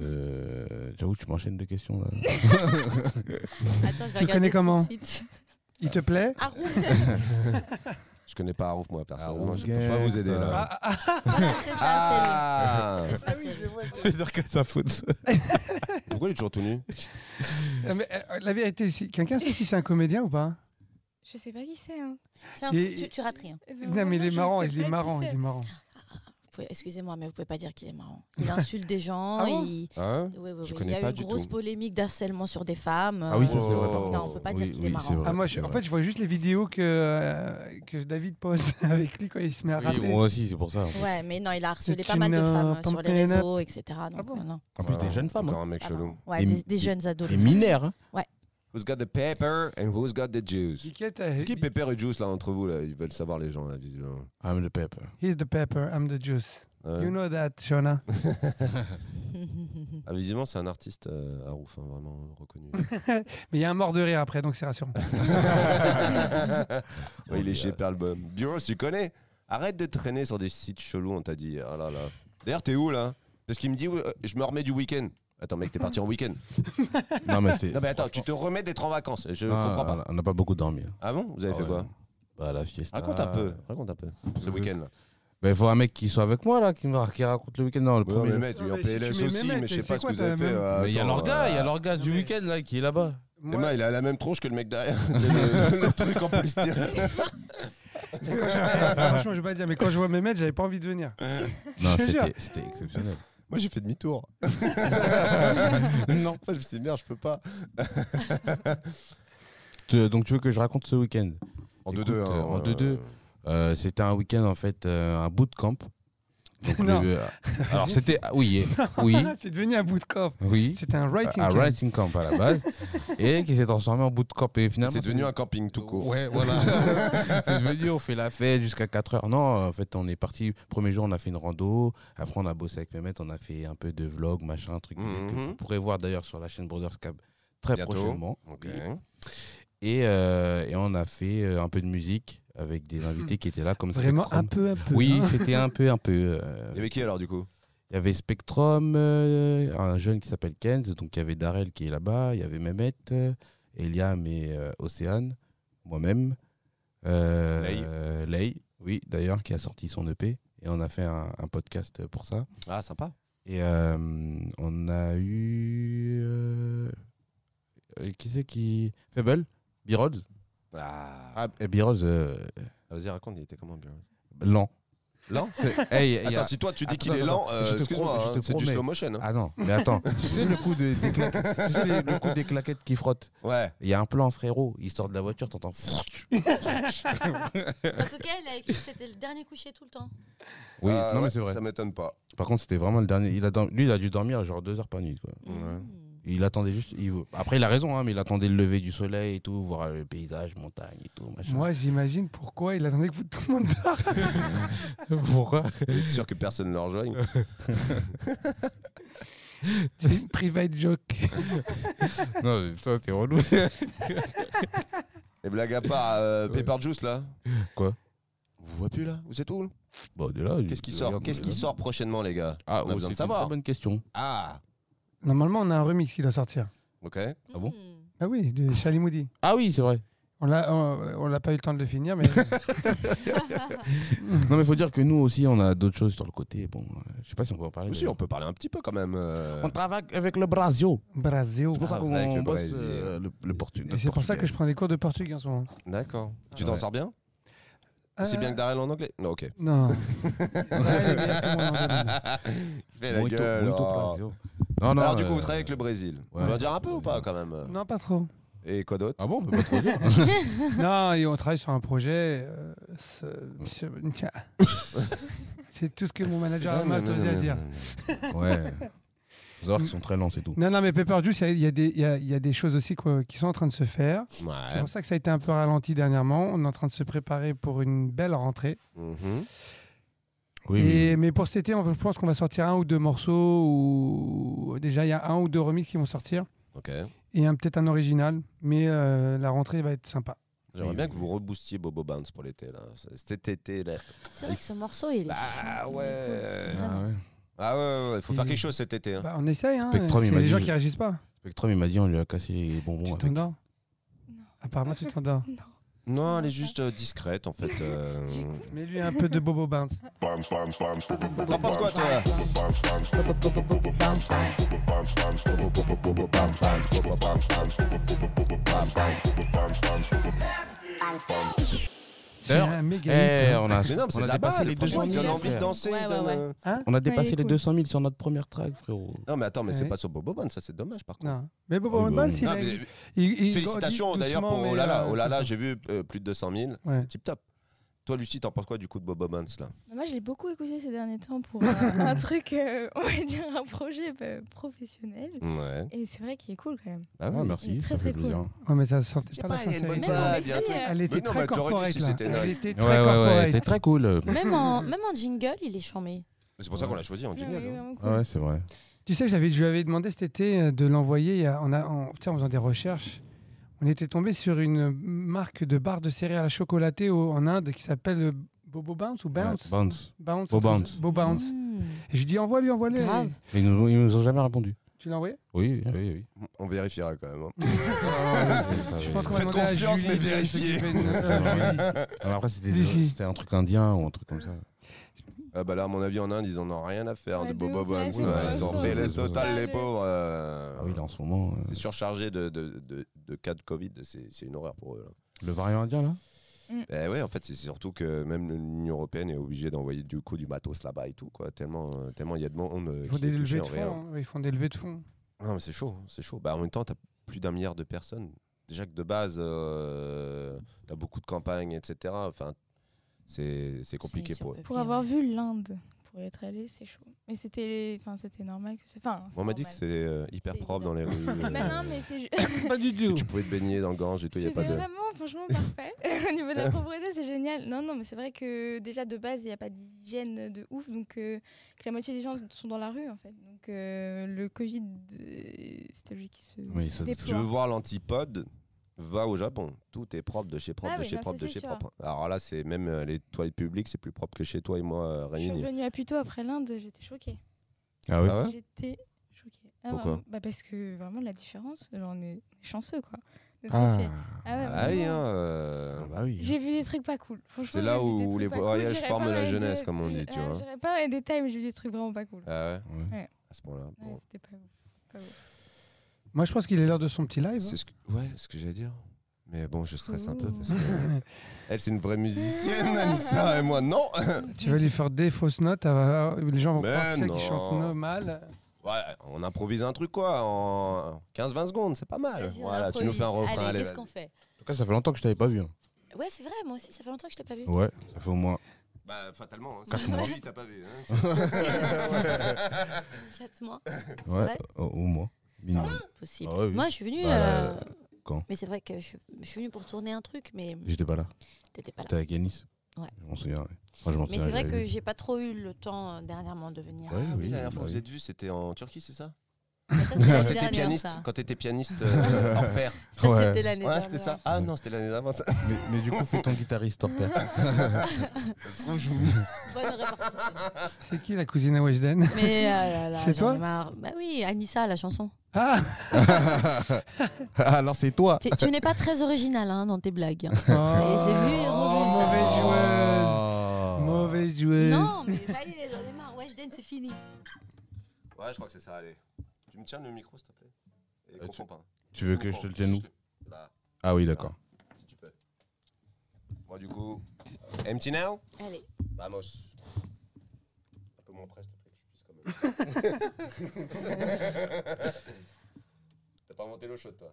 A: Euh, J'avoue, tu m'enchaînes de questions là.
D: Attends, je vais
C: Tu le connais
D: regarder tout de
C: comment
D: suite.
C: Il te plaît
D: Ah, roux.
B: Je connais pas Arouf moi personnellement.
A: Arouf
B: Je peux pas vous aider là.
C: Ah, ah,
D: Voilà, c'est ça,
B: Ah
D: c'est lui. C'est ça, c'est lui.
A: C'est dire que sa faute.
B: Pourquoi il est toujours tout nu
C: ah, mais, euh, la vérité, si- quelqu'un sait si c'est un comédien ou pas
E: Je sais pas qui c'est. hein.
D: C'est un-
C: Et-
D: Tu, tu rates rien.
C: Non, mais il est
E: Je
C: marrant,
E: sais
C: il
E: pas
C: est
E: qui
C: marrant,
E: c'est.
C: il est marrant.
D: Vous pouvez- Excusez-moi, mais vous pouvez pas dire qu'il est marrant. Il insulte des gens.
C: Ah bon
D: il...
B: Hein
D: Ouais, ouais, ouais,
B: Je
D: il y
B: connais
D: a eu
B: pas
D: une
B: du
D: grosse
B: tout.
D: polémique d'harcèlement sur des femmes.
A: Ah oui, ça
D: euh,
A: c'est vrai. par
B: Oh.
A: contre.
D: Non, on peut pas dire
A: Oui,
D: qu'il est
A: oui,
D: marrant.
A: c'est vrai,
C: Ah, moi, je-
A: c'est
C: en
A: vrai.
C: fait, je vois juste les vidéos que, euh, que David pose avec lui quand il se met à
A: Oui,
C: rapper.
A: moi aussi, c'est pour ça.
B: Ah,
A: en fait.
D: Ouais, mais non, il a harcelé
C: C'est
D: pas mal de
C: une, euh,
D: femmes euh, sur les
C: pampinette.
D: réseaux, etc. Donc,
C: Ah bon
D: euh, non.
A: En plus, des jeunes femmes.
B: Encore
A: hein.
B: un mec
D: Ah,
B: chelou.
D: Ouais,
A: Des-
D: des, des jeunes
A: Des
D: adolescents.
A: mineurs. hein.
B: Who's got the paper and who's got the juice
C: Kikette, euh,
B: C'est qui Pepper et Juice là entre vous là Ils veulent savoir les gens là visiblement.
A: I'm the pep.
C: He's the pepper, I'm the juice.
B: Hein
C: You know that, Shona.
B: Ah, visiblement c'est un artiste euh, Arouf, hein, vraiment reconnu.
C: Mais il y a un mort de rire après, donc c'est rassurant.
B: Ouais, il est chez Pearlbum. Bureau, tu connais Arrête de traîner sur des sites chelous, on t'a dit. Oh là là. D'ailleurs, t'es où là Parce qu'il me dit, ouais, euh, je me remets du week-end. Attends, mec, t'es parti en week-end.
A: Non, mais c'est.
B: Non, mais attends, tu te remets d'être en vacances. Je
A: Ah,
B: comprends pas.
A: On n'a pas beaucoup dormi. hein.
B: Ah bon Vous avez
A: Ah
B: fait
A: ouais.
B: quoi
A: Bah, la fiesta.
B: Raconte un peu. Raconte un peu. Ce
A: Je-
B: week-end là.
A: Bah, il faut un mec qui soit avec moi, là, qui, me qui raconte le week-end. Non, le
B: Non,
A: premier.
B: mais mec, lui
C: Non,
B: en
C: mais si tu
B: PLS
C: mets
B: aussi,
C: mes mecs,
B: mais je sais
C: c'est
B: pas ce
C: quoi,
B: que vous avez
C: t'as
B: fait.
C: même-
B: euh,
A: Mais il y a
B: attends,
A: leur gars, il y a leur gars du
C: mais-
A: week-end, là, qui est là-bas.
B: euh, Emma,
C: Moi,
B: il a la même tronche que le mec derrière. Tu sais, le, le truc en polystyrène.
C: franchement, je vais pas dire, mais quand je vois mes maîtres, j'avais pas envie de venir. Je
A: Non,
C: te jure.
A: c'était- c'était exceptionnel.
B: Moi, j'ai fait demi-tour. non, je me suis dit, merde, je peux pas.
A: Te- Donc, tu veux que je raconte ce week-end
B: En 2-2.
A: Écoute,
B: hein,
A: euh, en
B: euh,
A: 2-2. Euh, c'était un week-end en fait, euh, un bootcamp. Donc,
C: Non.
A: le- alors c'était ah, oui, eh, oui,
C: c'est devenu un bootcamp.
A: oui,
C: C'était un writing
A: un
C: camp.
A: writing camp Euh, à la base et qui s'est transformé en bootcamp et finalement
B: C'est devenu un camping tout court.
A: Ouais, voilà. c'est devenu on fait la fête jusqu'à 4 heures. Non, en fait, on est parti premier jour, on a fait une rando, après on a bossé avec mes maîtres, on a fait un peu de vlog, machin, truc que
B: Mhm.
A: vous pourrez voir d'ailleurs sur la chaîne Brothers Cab très
B: Bientôt.
A: prochainement.
B: Ok.
A: Et, euh, et on a fait euh, un peu de musique avec des invités qui étaient là comme ça.
C: Vraiment un peu, un peu.
A: Oui,
C: hein.
A: c'était un peu, un peu.
B: Il
A: euh,
B: y avait qui alors du coup
A: Il y avait Spectrum, euh, un jeune qui s'appelle Kenz, donc il y avait Darel qui est là-bas, il y avait Mehmet, euh, Eliam et euh, Océane, moi-même. Euh,
B: Lay.
A: euh, Lay, oui, d'ailleurs, qui a sorti son EP. Et on a fait un, un podcast pour ça.
B: Ah, sympa.
A: Et euh, on a eu. euh, euh, qui c'est qui. Fable Biroz
B: Ah.
A: Ah, et Biroz, euh,
B: Vas-y, raconte, il était comment Bureau
A: lent.
B: Lent
A: C'est- Hey, il y a-
B: Attends, si toi tu dis
A: Attends,
B: qu'il est lent,
A: attends,
B: euh,
A: je te promets,
B: excuse-moi,
A: je
B: hein,
A: te
B: c'est du
A: promets.
B: slow motion. hein.
A: Ah non, mais attends, tu sais le coup, de, des, claquettes, tu sais les- le coup des claquettes qui frottent
B: Ouais.
A: Il y a un plan, frérot. Il sort de la voiture, t'entends. oui,
D: En tout cas, elle a écrit que c'était le dernier coucher tout le temps.
B: Ah,
A: non,
B: ouais,
A: mais c'est vrai.
B: Ça m'étonne pas.
A: Par contre, c'était vraiment le dernier. Il a dormi- Lui, il a dû dormir genre deux heures par nuit. Quoi.
B: Ouais.
D: Mmh.
A: Il attendait juste. il veut- Après, il a raison, hein, mais il attendait le lever du soleil et tout, voir le paysage, montagne et tout. Machin.
C: Moi, j'imagine pourquoi il attendait que vous- tout le monde dorme.
A: Pourquoi
B: Il est sûr que personne ne le rejoigne.
C: C'est une private joke.
A: Non, mais toi, t'es relou.
B: Et blague à part, euh, Pepper Juice là
A: Quoi
B: Vous voyez plus là Vous êtes où là
A: bon, de là,
B: Qu'est-ce qui
A: je
B: sort
A: Bah, regarde,
B: Qu'est-ce
A: mais
B: qui
A: là-
B: sort prochainement, les gars
A: Ah,
B: On a
A: oh,
B: besoin de
A: c'est une
B: savoir.
A: très bonne question.
B: Ah
C: Normalement, on a un remix qui doit sortir.
B: Ok.
A: Ah bon
D: Mmh.
C: Ah oui, de Chalimoudi.
A: Ah oui, c'est vrai.
C: On l'a, on, on l'a pas eu le temps de le finir, mais
A: Non, mais faut dire que nous aussi, on a d'autres choses sur le côté. Bon, euh, je sais pas si on peut en parler.
B: Mais si,
A: mais-
B: on peut parler un petit peu quand même. euh.
A: On travaille avec le Brasio.
C: Brasil.
A: C'est pour ça
B: Ah, c'est avec
A: qu'on
B: le
A: bosse
B: Brésil.
A: euh, le, le Portu- le
C: Et c'est pour ça
A: Portugal. Ah
C: que je prends des cours de portugais en ce moment.
B: D'accord. Tu t'en
A: Ouais.
B: sors bien Aussi bien
C: Euh,
B: que Darrell en anglais Non, ok.
C: Non. Darrell est meilleur que moi en anglais.
B: Il fait la
A: Muito-
B: gueule.
A: muito
B: oh.
A: Brasil. Non, non,
B: Alors, du coup,
A: euh,
B: vous travaillez avec le Brésil.
A: ouais.
B: On va dire un peu ou pas, quand même euh,
C: non, pas trop.
B: Et quoi d'autre
A: Ah bon, on peut pas trop dire.
C: Non, et on travaille sur un projet. euh, ce- ce- tiens. c'est tout ce que mon manager m'a autorisé à dire.
A: Ouais. Faut savoir qu'ils sont très lents, c'est tout.
C: Non, non, mais Pepper Juice, il y a- il y, a des- il y a- il y a des choses aussi quoi, qui sont en train de se faire. C'est
B: Ouais.
C: pour ça que ça a été un peu ralenti dernièrement. On est en train de se préparer pour une belle rentrée.
B: Mhm.
A: Oui,
C: Et- mais pour cet été, on, je pense qu'on va sortir un ou deux morceaux. Ou... Déjà, il y a un ou deux remixes qui vont sortir.
B: Ok.
C: Et un- peut-être un original. Mais euh, la rentrée va être sympa.
B: J'aimerais
A: Oui,
B: bien
A: oui,
B: que vous reboostiez Bobo Bounce pour l'été. là. Cet été, là.
D: C'est vrai que ce morceau, il est.
B: Ah ouais.
A: Ah Bah, ouais.
B: Ah ouais, il faut faire
C: Et-
B: quelque chose cet été. hein.
C: Bah, on essaye. Hein. C'est
A: Spectrum, il m'a
C: les
A: dit,
C: gens
A: je-
C: qui réagissent pas.
A: Spectrum, il m'a dit, on lui a cassé les bonbons.
C: tu
A: Avec...
C: t'endors
E: Non.
C: Apparemment, tu t'endors.
E: Non.
B: Non, elle est juste euh, discrète en fait. euh.
E: J'écoute.
C: Mais lui, un peu de Bobo Bounce.
B: T'en penses quoi toi Ah,
C: C'est
A: D'ailleurs,
C: un méga hit,
A: Eh,
C: hein.
A: on a,
B: Mais non, mais
A: on
B: c'est
A: a
B: de la
A: dépassé
B: balle.
A: les
B: Franchement,
A: 200
B: il
D: 000,
B: donne
A: 000.
B: envie de
A: hein, frère.
B: danser.
D: Ouais, ouais,
B: donne,
D: ouais.
B: euh.
A: On a
E: Ouais,
A: dépassé
E: il est
A: les
E: cool.
A: 200 000 sur notre première track, frérot.
B: Non, mais attends, mais c'est
C: Ouais.
B: pas sur Bobo Bounce, ça c'est dommage par contre.
C: Non. Mais Bobo
A: Oui, bah
C: Bounce,
A: oui.
C: il
B: Non,
C: a-
B: mais-
C: il- il-
B: Félicitations
C: il-
B: d'ailleurs pour
C: doucement, mais,
B: Olala.
C: euh,
B: Olala, j'ai vu euh, plus de 200 000.
C: Ouais.
B: C'est tip top. Toi, Lucie, t'en penses quoi du coup de Bobo Bounce là
E: Bah, Moi, je l'ai beaucoup écouté ces derniers temps pour euh, un truc, euh, on va dire un projet bah, professionnel.
B: Ouais.
E: Et c'est vrai qu'il est cool quand même.
B: Ah
A: Ah,
B: ouais.
E: Il
A: merci,
E: est
A: ça
E: très,
A: fait
E: très cool.
A: plaisir.
C: Ouais, mais ça sentait
B: Je sais
C: pas la
B: pas, il y a une bonne
C: sincérité.
B: vibe, Ah, il y a un
E: si,
B: truc.
E: euh,
C: Elle était
B: Mais non,
C: très
B: mais t'aurais dit
C: corporate,
B: si
C: là.
B: c'était
C: Elle
B: nice.
C: était
A: Ouais,
C: très
A: ouais, ouais,
C: corporate.
A: c'était très cool.
D: Même en, même en jingle, il est charmé.
B: Mais C'est pour ça qu'on l'a choisi en
E: Ouais,
B: jingle.
E: euh, il est
B: hein.
E: vraiment cool.
A: Ah ouais, c'est vrai.
C: Tu sais, je l'avais- je lui avais demandé cet été euh, de l'envoyer. il y a- On a, en, tu sais, en faisant des recherches, on était tombé sur une marque de barre de céréales chocolatée au- en Inde qui s'appelle euh, Bobo Bounce ou Bounce
A: Ouais, bounce.
C: Bounce.
A: Bo
C: un truc-
A: Bounce.
C: Bo Bounce.
D: Mmh.
C: Et je lui dis envoie-lui, envoie-lui.
D: Grave.
A: Mais Ils nous, ils nous ont jamais répondu.
C: Tu l'as envoyé
A: Oui, oui, oui.
B: On vérifiera quand même. hein.
C: Je pense qu'on va
B: Ah, Faites
C: demander à
B: confiance,
C: Julie
B: mais
C: de
B: vérifiez. Ah,
C: s'occuper de- euh, Julie.
A: Alors après, c'était,
C: Lucie.
A: c'était un truc indien ou un truc comme ça.
B: Ah bah là, à mon avis, en Inde, ils en ont rien à faire
E: Ouais,
B: de
E: de
B: Bobo
E: ouf,
B: Bones.
E: ouais,
A: c'est
B: Ouais,
A: vrai,
B: ils sont en
A: c'est vrai.
B: PLS total, les
E: Ouais.
B: pauvres. euh,
A: Ah oui, là en ce moment, euh,
B: C'est surchargé de, de, de, de cas de Covid, c'est c'est une horreur pour eux. Là.
A: le variant indien là
B: Eh ouais, en fait, c'est surtout que même l'Union Européenne est obligée d'envoyer du coup du matos là-bas et tout, quoi. Tellement euh, tellement il y a de monde euh,
C: Ils font
B: qui
C: des
B: est touché
C: levées
B: en
C: de
B: réel.
C: fonds. hein. Ils font des levées de fonds.
B: Non, mais c'est chaud, c'est chaud. Bah, en même temps, t'as plus d'un milliard de personnes. Déjà que de base, euh, t'as beaucoup de campagnes, etc. Enfin, c'est c'est compliqué
D: C'est
B: pour eux.
D: surpeuplé,
E: Pour avoir
D: ouais.
E: vu l'Inde, pour y être allé, c'est chaud. Mais c'était les- enfin, c'était normal que ça. Enfin,
B: On m'a dit que
E: normal.
B: c'est euh, hyper
E: C'est
B: propre dans les rues. euh,
E: Mais non, mais c'est ju-
C: Pas du tout.
B: que tu pouvais te baigner dans le Gange et tout, il a
E: C'était
B: pas de.
E: vraiment, franchement, parfait. Au niveau de la propriété, c'est génial. Non, non, mais c'est vrai que déjà de base, il n'y a pas d'hygiène de ouf, donc euh, que la moitié des gens sont dans la rue, en fait. Donc euh, le Covid, euh, c'était lui qui se.
A: Oui, ça-
E: Des
B: Si tu veux voir l'antipode, va au Japon. Tout est propre de chez propre,
E: Ah
B: de
E: oui,
B: chez
E: non,
B: propre,
E: ça,
B: de
E: c'est
B: chez
E: sûr.
B: propre. Alors là, c'est même euh, les toilettes publiques, c'est plus propre que chez toi et moi euh,
E: Je suis
B: réunis.
E: revenue à Puto après l'Inde, j'étais choquée.
A: Ah oui.
B: Ah ouais
E: J'étais choquée. Ah,
B: Pourquoi
E: vraiment. bah, Parce que vraiment, la différence, genre, on est chanceux, quoi. Notre
A: Ah,
E: assiette. Ah ouais,
B: Ah oui,
E: vraiment.
B: hein, euh,
A: Ah bah oui.
E: J'ai vu des trucs pas cool. Franchement,
B: C'est là
E: j'ai vu des
B: où
E: trucs
B: les
E: pas cool.
B: voyages
E: J'irai
B: forment
E: pas
B: la
E: dans les
B: jeunesse,
E: dé-
B: comme on dit, tu
E: Ah,
B: vois.
E: J'irai pas dans les détails, mais j'ai vu des trucs vraiment pas cool.
B: Ah ouais,
A: Ouais.
B: à ce point-là.
E: Ouais,
B: bon.
E: c'était pas ouf.
C: Moi, je pense qu'il est l'heure de son petit live.
B: C'est ce que, ouais, ce que j'allais dire. Mais bon, je stresse un peu
E: Ouh.
B: parce que elle, c'est une vraie musicienne, Anissa, et moi, non.
C: Tu vas lui faire des fausses notes, elle va- les gens vont
B: Mais
C: croire que c'est elle qui
B: non.
C: chante no- mal.
B: Ouais, on improvise un truc, quoi, en 15-20 secondes, c'est pas mal.
D: Ah, Vas-y, on
B: Voilà, tu nous fais un
D: improvise.
B: refrain,
D: Allez,
B: allez,
D: qu'est-ce
B: vas-y.
D: qu'on fait
A: En tout cas, ça fait longtemps que je t'avais pas vu. hein.
D: Ouais, c'est vrai, moi aussi, ça fait longtemps que je t'ai pas vu.
A: Ouais, ça fait au moins.
B: Bah, fatalement, hein,
A: Quatre
B: si t'as
A: mois. bah
B: pas vu, t'as pas vu. hein.
D: Euh, Quatre mois. C'est
A: Ouais,
D: vrai
A: au, au moins. Minimum.
D: Possible.
A: Ah ouais, oui.
D: Moi, je suis venue.
A: Bah, là,
D: euh,
A: quand
D: Mais c'est vrai que je, je suis venue pour tourner un truc, mais
A: J'étais pas là.
D: t'étais pas là.
A: J'étais avec Yanis.
D: Ouais.
A: Je m'en souviens. ouais. Enfin, je m'en
D: Mais
A: souviens,
D: c'est vrai
A: Ah, j'avais
D: que
A: vu.
D: j'ai pas trop eu le temps euh, dernièrement de venir.
A: Ouais,
B: Ah oui,
A: oui,
B: la dernière fois
A: bah
B: que vous
A: oui.
B: êtes vu, c'était en Turquie, c'est ça
D: Mais ça, c'était
B: Quand
D: l'année
B: t'étais
D: dernière,
B: pianiste,
D: ça.
B: quand t'étais pianiste euh, hors pair.
D: Ça,
A: Ouais.
D: c'était l'année
B: Ouais,
D: dernière.
B: c'était ça. Ah non, c'était l'année d'avant. Ça
A: Mais, mais du coup, fais ton guitariste hors pair.
B: Ça se trouve, je vous
D: Bonne répartition.
C: C'est qui la cousine à Weshden
D: Mais ah là là,
C: C'est
D: j'en
C: toi
D: ai marre. Bah oui, Anissa, la chanson.
C: Ah
A: Alors c'est toi.
D: T'es- Tu n'es pas très original hein, dans tes blagues. hein. Et c'est vu et revu, ça.
C: Oh. Mauvaise joueuse
A: Oh.
C: Mauvaise joueuse
D: Non, mais ça y est, j'en ai marre. Weshden, c'est fini.
B: Ouais, je crois que c'est ça, allez. Tu me tiens le micro, s'il te plaît Et
A: Euh,
B: confonds pas. bah,
A: Tu veux que je te le tienne où
B: Là,
A: Ah oui, d'accord.
B: si tu peux. Moi, du coup, empty now
D: Allez.
B: Vamos. Un peu moins près, s'il te plaît, que je puisse quand même. T'as pas inventé l'eau chaude, toi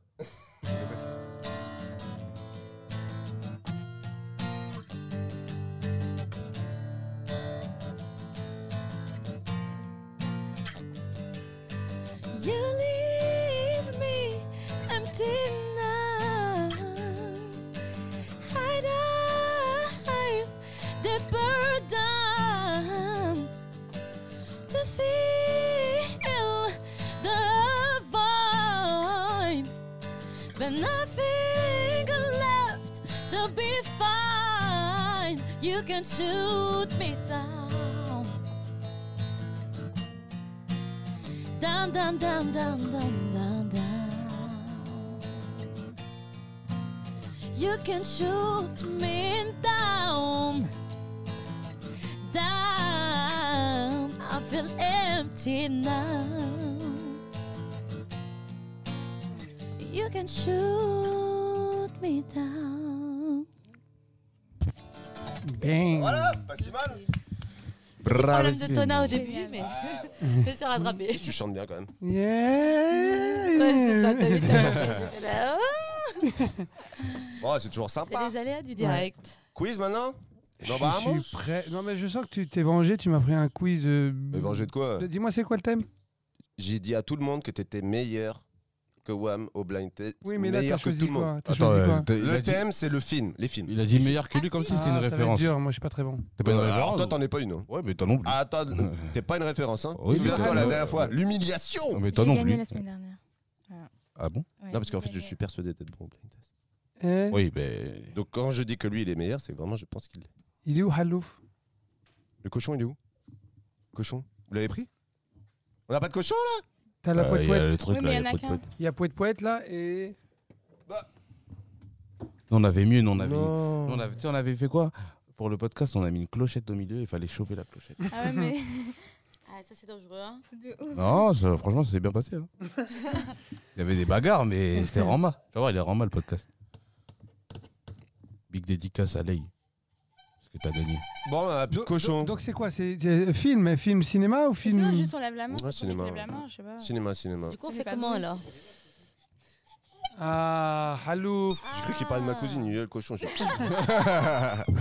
D: You leave me empty now. I dive the burden to feel the void, but nothing left to be fine. You can shoot me down. down, down, down, down, down, down, down. You can shoot me down, down. I feel empty now. You can shoot me down.
C: Bang.
B: Voilà, pas si mal
D: Problème de tona au
A: Bravissime.
D: début, mais je me suis rattrapée.
B: Ah, Tu chantes bien quand même.
C: Yeah.
D: Ouais, c'est ça, t'as vu de la portée, j'étais là, oh,
B: Oh, c'est toujours
D: C'est
B: sympa.
D: les aléas du direct.
B: Quiz maintenant
C: Je
B: Non, bah,
C: suis prêt. Non, mais je sens que tu t'es vengé. Tu m'as pris un quiz. euh,
B: Mais venger de quoi
C: de- Dis-moi, c'est quoi le thème
B: J'ai dit à tout le monde que t'étais meilleur que Wham au blind test.
C: Oui, mais là,
B: meilleur
C: t'as
B: que
C: choisi
B: tout le monde.
C: quoi T'as
A: Attends,
C: choisi
A: euh,
C: quoi
A: t'as- il, a
B: Le
A: dit,
B: thème, c'est le film, les films.
A: il a dit meilleur que lui comme si c'était une
C: Ah, Ça va être
A: référence.
C: dur. Moi, je suis pas très bon.
A: T'es pas une
B: Euh, alors,
A: référence
B: toi, t'en es pas une. hein.
A: Ouais, mais toi non plus.
B: Ah, attends, t'es pas une référence, hein
A: Oui, mais
B: Souviens-toi
E: t'as-
B: la
E: ouais.
B: dernière fois,
A: Non,
B: l'humiliation
A: mais
E: J'ai
A: toi non
E: gagné
A: plus.
E: la semaine dernière.
A: Ah bon
E: Ouais,
B: Non, parce qu'en
E: j'ai
B: fait, je
E: gagné.
B: suis persuadé d'être bon au blind test.
C: Eh,
A: Oui, ben.
B: Donc, quand je dis que lui, il est meilleur, c'est vraiment, je pense qu'il est.
C: Il est où, Halouf
B: Le cochon, il est où Cochon Vous l'avez pris On n'a pas de cochon, là
C: T'as la
A: euh,
C: poète
A: Il y a
C: poète.
A: le truc
E: Oui,
A: là,
E: mais
A: il y
E: il
A: a
E: y en a
A: poète,
E: qu'un.
A: poète.
C: Il y a poète poète là et.
A: Non, On avait mieux, non, on avait.
B: Non.
A: Non, On avait, tu sais, on avait fait quoi Pour le podcast, on a mis une clochette au milieu, il fallait choper la clochette.
E: Ah ouais, mais.
D: Ah, ça c'est dangereux. Hein.
E: c'est de ouf.
A: Non, ça- franchement, ça s'est bien passé. hein. il y avait des bagarres, mais c'était Rama. Tu vas voir, il est Rama le podcast. Big dédicace à Lei. Parce que t'as gagné.
B: Bon, on a plus de cochon.
C: Donc, c'est quoi C'est c'est euh, film Film cinéma ou
E: Et Sinon,
C: film
E: juste on lave la main.
B: Ouais,
E: c'est pour
B: cinéma,
E: qu'on lève
B: ouais.
E: la main, je sais pas.
B: Cinéma, cinéma.
D: Du coup, on
E: J'ai
D: fait
E: pas
D: comment
E: compris.
D: alors
C: Ah, Halouf
B: J'ai cru qu'il parlait de ma cousine, il y a eu le cochon. j'ai-
D: Ah. Ouais,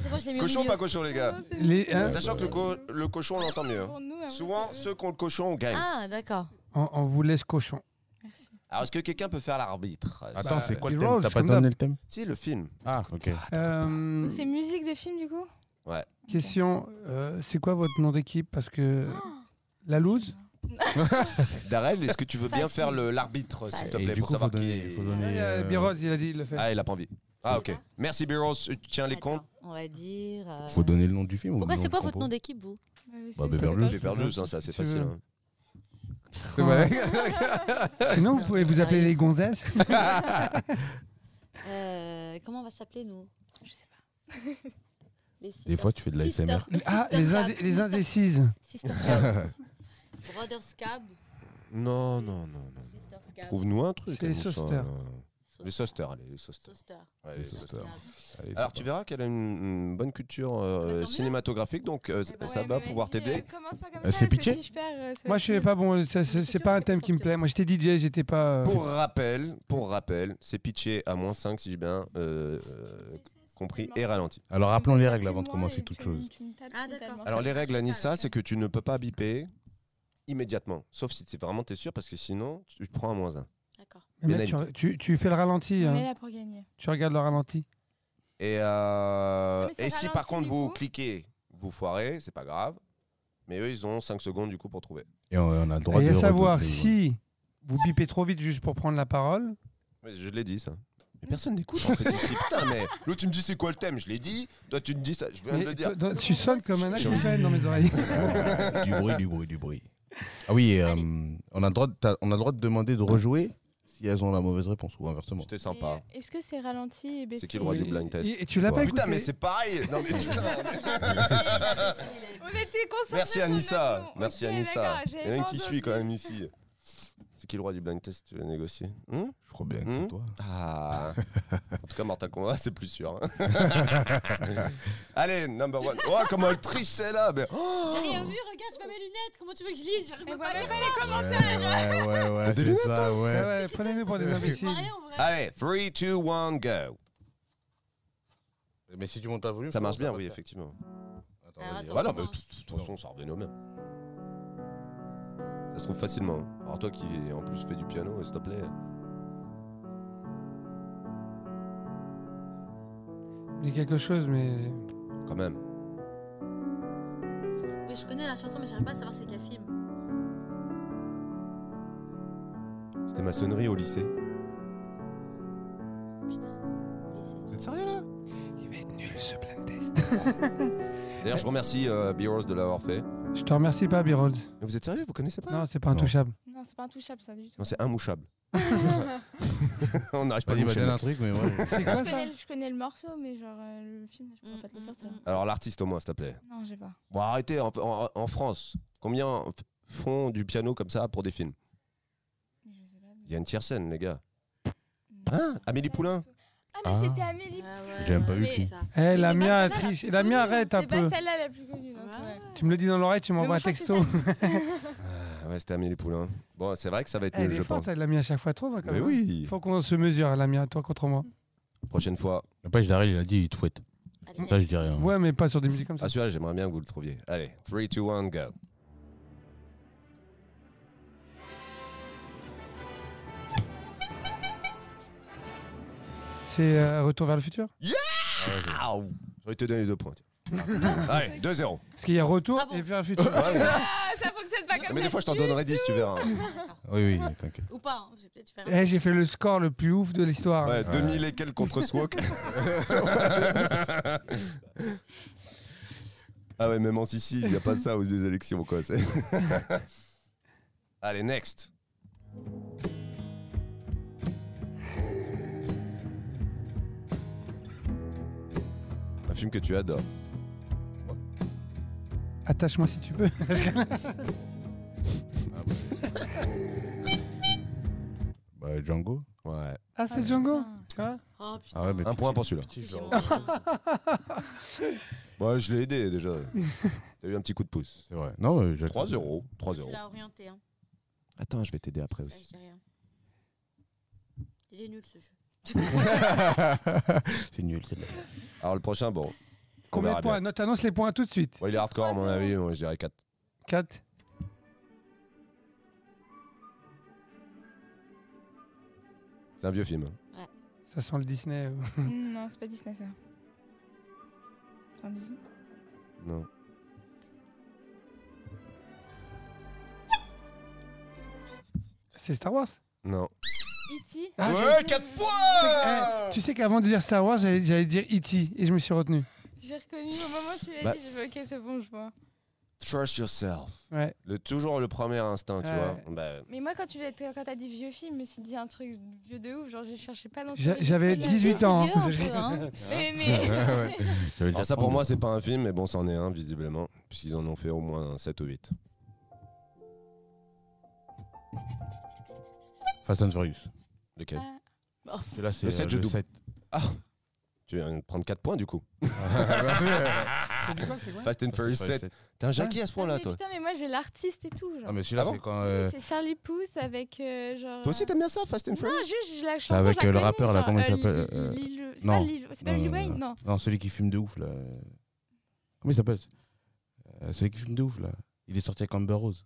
D: c'est bon, je l'ai mis au
B: cochon,
D: milieu.
B: pas cochon, les gars.
C: Les- hein,
B: Sachant que le, co- le cochon, on l'entend mieux. hein.
E: Pour nous, avant,
B: Souvent,
E: c'est-
B: ceux qui ont le cochon gagnent.
D: Ah, d'accord.
C: on, on vous laisse cochon.
E: Merci.
B: Alors, est-ce que quelqu'un peut faire l'arbitre
A: Attends,
C: Bah,
A: c'est quoi le
C: les
A: thème
C: Rolls,
A: T'as pas
C: comme d'hab.
A: donné le thème
B: Si, le film.
A: Ah, ok.
C: Euh,
E: C'est musique de film, du coup
C: question euh, c'est quoi votre nom d'équipe Parce que. La loose
B: Darrell, est-ce que tu veux bien
D: Facile.
B: faire le- l'arbitre, s'il te
A: Et
B: plaît,
A: du
B: pour
A: coup, faut
B: savoir qui
A: donner.
B: est-
A: faut donner,
C: Ah, il y a
A: euh,
C: Biroz, il a dit, il le fait.
B: Ah, il a pas envie. Ah, ok. Merci, Biros. Tiens les comptes.
D: Attends, On va dire. euh,
A: faut donner le nom du film. ou
D: Pourquoi
A: le
D: c'est quoi
A: du
D: votre
A: compo
D: nom d'équipe, vous
A: Bah, Beverly
B: J'ai perdu, hein, ça, c'est
C: Si tu veux.
B: facile. hein.
C: Sinon, Ah, vous pouvez vous appeler
D: Sérieux.
C: les gonzesses.
D: Euh, Comment on va s'appeler, nous
E: Je sais pas.
D: Les
A: Des fois,
D: sisters-
A: tu fais de la
D: sister-
A: ASMR.
C: Ah,
D: sister
C: les,
D: cab,
C: indé- les indécises.
D: Sister cab. Brothers cab.
B: Non, non, non, non.
D: Sisters cab.
B: Trouve-nous un truc.
C: C'est les
B: nous, ça,
C: sauceteurs.
B: non. Les sauceteurs, allez, les sauceteurs.
D: Sister
B: Ouais,
A: Les
B: les
A: sauceteurs.
B: sauceteurs.
D: cab.
A: Allez, c'est
B: Alors,
A: parti.
B: tu verras qu'elle a une, une bonne culture euh,
D: Ah, bah, tant mieux.
B: cinématographique, donc euh,
D: Eh ben,
B: ça
D: ouais,
B: va pouvoir t'aider.
E: Commence pas
A: Euh,
E: comme ça.
A: c'est
E: parce que
A: pitché
E: si je perds, euh, ça va
C: Moi,
E: être
C: je suis
E: nul.
C: pas bon. ça- ça- C'est pas un thème qui me plaît. Moi, j'étais DJ, j'étais pas. euh,
B: Pour rappel, pour rappel, c'est pitché à moins 5, si j'ai bien euh, euh, compris, et ralenti.
A: Alors, rappelons les règles avant de
E: Moi,
A: commencer
E: et
A: toute
E: tu-
A: chose.
E: tu me tapes
D: Ah,
E: si t'as
D: d'accord.
E: le
B: Alors
E: mental.
B: les règles,
D: ça,
B: Anissa,
D: le
B: c'est que tu ne peux pas biper immédiatement, sauf si t'es vraiment t'es sûr, parce que sinon tu prends un moins 1.
D: D'accord.
C: mais mec, tu, tu- tu fais le ralenti.
E: On
C: hein.
E: est là pour gagner.
C: Tu regardes le ralenti.
B: Et, euh,
E: Mais c'est
B: et si par
E: ralenti,
B: contre
E: du
B: vous
E: coup
B: cliquez, vous foirez, c'est pas grave. Mais eux, ils ont 5 secondes du coup pour trouver.
A: Et on, on a le droit
C: Et
A: de.
C: à savoir
A: redoubler.
C: si vous bipez trop vite juste pour prendre la parole.
B: Mais je l'ai dit ça. Mais personne n'écoute en fait ici. Putain, mais l'autre tu me dis c'est quoi le thème Je l'ai dit. Toi tu me dis ça. Je viens de
C: Mais
B: le dire.
C: toi, toi, tu sonnes comme un
B: J'ai
C: acouphène dans mes oreilles.
A: du bruit, du bruit, du bruit. Ah oui, euh, on, a le droit de, t'as- on a le droit de demander de rejouer si elles ont la mauvaise réponse ou inversement.
B: C'était
E: Mais,
B: sympa.
E: euh, Est-ce que c'est ralenti et baissé
B: C'est qui le roi du blind test
C: Et, et tu l'as pas écouté.
B: Putain, mais c'est pareil. Non, mais putain.
E: On était concentrés
B: Merci
E: sur notre
B: Anissa.
E: nom.
B: Merci
E: Ok,
B: Anissa.
E: d'accord,
B: Il y
E: j'avais
B: en a une
E: pas
B: qui
E: entendu.
B: suit quand même ici. C'est qui le roi du blind test Tu veux négocier Hum
A: Je crois bien que
B: Hmm
A: c'est toi.
B: Ah. en tout cas, Mortal Kombat, c'est plus sûr. hein. Allez, number one. Oh, comment elle triche, celle-là mais- Oh
G: J'ai rien vu, regarde, j'ai pas mes lunettes. Comment tu veux que je lise J'arrive
E: Mais
G: même
E: voilà,
G: pas à lire.
A: Ouais, ouais, ouais, ouais,
B: T'as des
A: c'est ça, ouais.
C: Ah ouais, Prenez-nous pour des
G: Je
C: imbéciles.
G: comprends rien en vrai.
B: Allez, 3, 2, 1, go.
A: Mais si tu montes pas le volume,
B: Ça marche bien,
A: va
B: oui,
A: le faire.
B: effectivement.
A: Attends,
D: Alors,
A: vas-y,
D: attends,
B: Voilà,
A: voilà.
B: bah, de toute façon, ça revenait au même. Ça se trouve facilement. Alors, toi qui en plus fais du piano, s'il te plaît.
C: J'ai quelque chose, mais.
B: Quand même.
G: Oui, je connais la chanson, mais j'arrive pas à savoir c'est quel film.
B: C'était maçonnerie au lycée.
G: Putain.
B: Vous êtes sérieux là
C: Il va être nul ce blind test.
B: D'ailleurs, je remercie euh, B-Rose de l'avoir fait.
C: Je te remercie pas, Birold.
B: Mais vous êtes sérieux Vous connaissez pas
C: Non, c'est pas
B: Non.
C: intouchable.
E: Non, c'est pas intouchable ça du tout.
B: Non, c'est immouchable. On n'arrive pas à
A: Vas-y,
B: le
A: bah,
B: moucher,
A: donne
B: mec.
A: un truc, mais ouais.
C: C'est
E: Je
C: quoi ça
E: connais, le- je connais le morceau, mais genre euh, le film,
D: Mm,
E: je pourrais pas te le sortir.
B: Alors, l'artiste au moins, s'il te plaît.
E: Non, j'ai pas.
B: Bon, arrêtez, en, en- en France, combien f- font du piano comme ça pour des films
E: Mais je sais pas.
B: Il y a une tierce scène, les gars.
E: Non.
B: Hein Amélie Poulain
E: Ah, mais
A: Ah.
E: c'était Amélie
G: Ah ouais,
A: J'ai même pas
G: ouais,
A: vu le
G: mais
A: film.
G: ça.
C: Eh, la
G: c'est pas
C: mienne, elle
G: celle-là la
C: triche.
G: plus
C: Et la mienne,
G: connue,
C: arrête un
E: hein. C'est pas
C: peu.
E: celle-là la plus connue. non, c'est
G: Ouais.
E: vrai.
C: Tu me le dis dans l'oreille, tu m'envoies
E: moi,
C: un
E: je crois que
C: texto.
B: Ah Ouais, c'était Amélie Poulain. Bon, c'est vrai que ça va être nul,
C: Elle
B: je
C: est
B: pense.
C: forte, elle l'a mis à chaque fois, trop. quand
B: Mais
C: même.
B: oui
C: Faut qu'on se mesure, la mienne, toi contre moi.
B: Prochaine fois.
A: Après, je l'arrête, il a dit, il te fouette.
D: Allez,
A: Ça, je dis rien.
C: Ouais, mais pas sur des musiques comme ça.
B: Ah, celui-là, j'aimerais bien que vous le trouviez. Allez, 3, 2, 1, go.
C: C'est euh, Retour vers le futur
B: Ah, ouh. J'aurais te donné les deux points. tiens. Allez, 2-0.
C: Parce qu'il y a Retour
D: Ah bon
C: et vers le futur.
B: Ouais, ouais.
E: Ah, ça fonctionne pas comme
B: Mais
E: ça.
B: des fois, je t'en donnerai 10, tu verras.
A: Ah Oui, oui, t'inquiète.
D: Ou pas, hein, je vais peut-être faire.
C: Eh, j'ai fait le score le plus ouf de l'histoire.
B: Ouais, 2000 et quelques contre Swok. ah ouais, même en Sicile, il n'y a pas ça aux des élections, quoi. c'est- Allez, next. Un film que tu adores.
C: Attache-moi si tu peux.
A: Bah, Django
B: Ouais.
C: Ah,
E: Ah,
C: c'est Django
E: putain.
C: Hein
D: Oh putain.
A: Ah ouais, mais
B: Un point pour celui-là.
A: petit,
D: j'ai
A: genre.
D: mon chien.
B: Ouais, je l'ai aidé déjà. T'as eu un petit coup de pouce.
A: C'est vrai. Non, euh, j'ai-
B: 3 euros. 3
D: Tu
B: euros.
D: l'as orienté, hein.
B: Attends, je vais t'aider après
D: Ça,
B: aussi.
D: je dis rien. Il est nul ce jeu.
A: C'est nul, celle-là.
B: Alors, le prochain, bon.
C: Combien
B: verra
C: de points Note annonce les points tout de suite.
B: bien. Ouais, il est hardcore, à mon avis. Moi, je dirais 4.
C: 4.
B: C'est un vieux film. hein.
C: Ça sent le Disney. euh.
E: Mm, Non, c'est pas Disney ça. C'est un Disney.
B: Non.
C: C'est Star Wars
B: Non.
E: E.T.
C: Ah,
B: ouais,
C: j'avais-
B: 4
C: Eh,
B: points
C: Tu sais qu'avant de dire Star Wars, j'allais j'allais dire E.T. et je me suis retenu.
E: J'ai reconnu au moment où tu l'as
B: Bah.
E: dit, j'ai fait ok, c'est bon, je vois.
B: Trust yourself.
C: Ouais.
B: Le, toujours le premier instinct, tu
C: Ouais.
B: vois. Bah,
E: Mais moi, quand tu l'as- quand t'as dit vieux film, je me suis dit un truc vieux de ouf, genre j'ai cherché pas dans
C: J'a-
E: ce
C: J'avais
D: Il y a
C: 18
D: des
C: ans.
D: vieux un peu, hein.
E: Mais, euh, mais...
A: J'avais
B: alors
A: déjà
B: ça, pour
A: trente.
B: moi, c'est pas un film, mais bon, c'en est un, visiblement. Puisqu'ils en ont fait au moins 7 ou 8.
A: Fast and Furious.
B: Lequel
E: Ah.
A: Celui-là, c'est
B: Le sept,
A: euh,
B: je double.
A: 7.
B: Ah Tu viens de prendre 4 points, du coup. Ah. Fast and Furious 7. T'es un Jackie à ce
E: Ah,
B: point-là,
E: mais
B: toi
E: Putain, mais moi j'ai l'artiste et tout. Genre.
A: Ah, mais celui-là,
B: Ah bon
A: c'est quand. euh,
E: C'est Charlie Puth avec euh, genre.
B: Toi aussi,
E: euh,
B: t'aimes bien ça, Fast and Furious
E: Non, juste je la chanson.
A: avec,
E: je la
A: euh, le
E: connais,
A: rappeur, là,
E: genre,
A: comment il
E: euh,
A: s'appelle, euh,
E: Lil- Lil- C'est
A: non.
E: pas Lil- c'est pas
A: Non,
E: Lil
A: non,
E: Wayne, non.
A: euh, Non, celui qui fume de ouf, là. euh, Comment il s'appelle Euh, Celui qui fume de ouf, là. Il est sorti avec Amber Rose.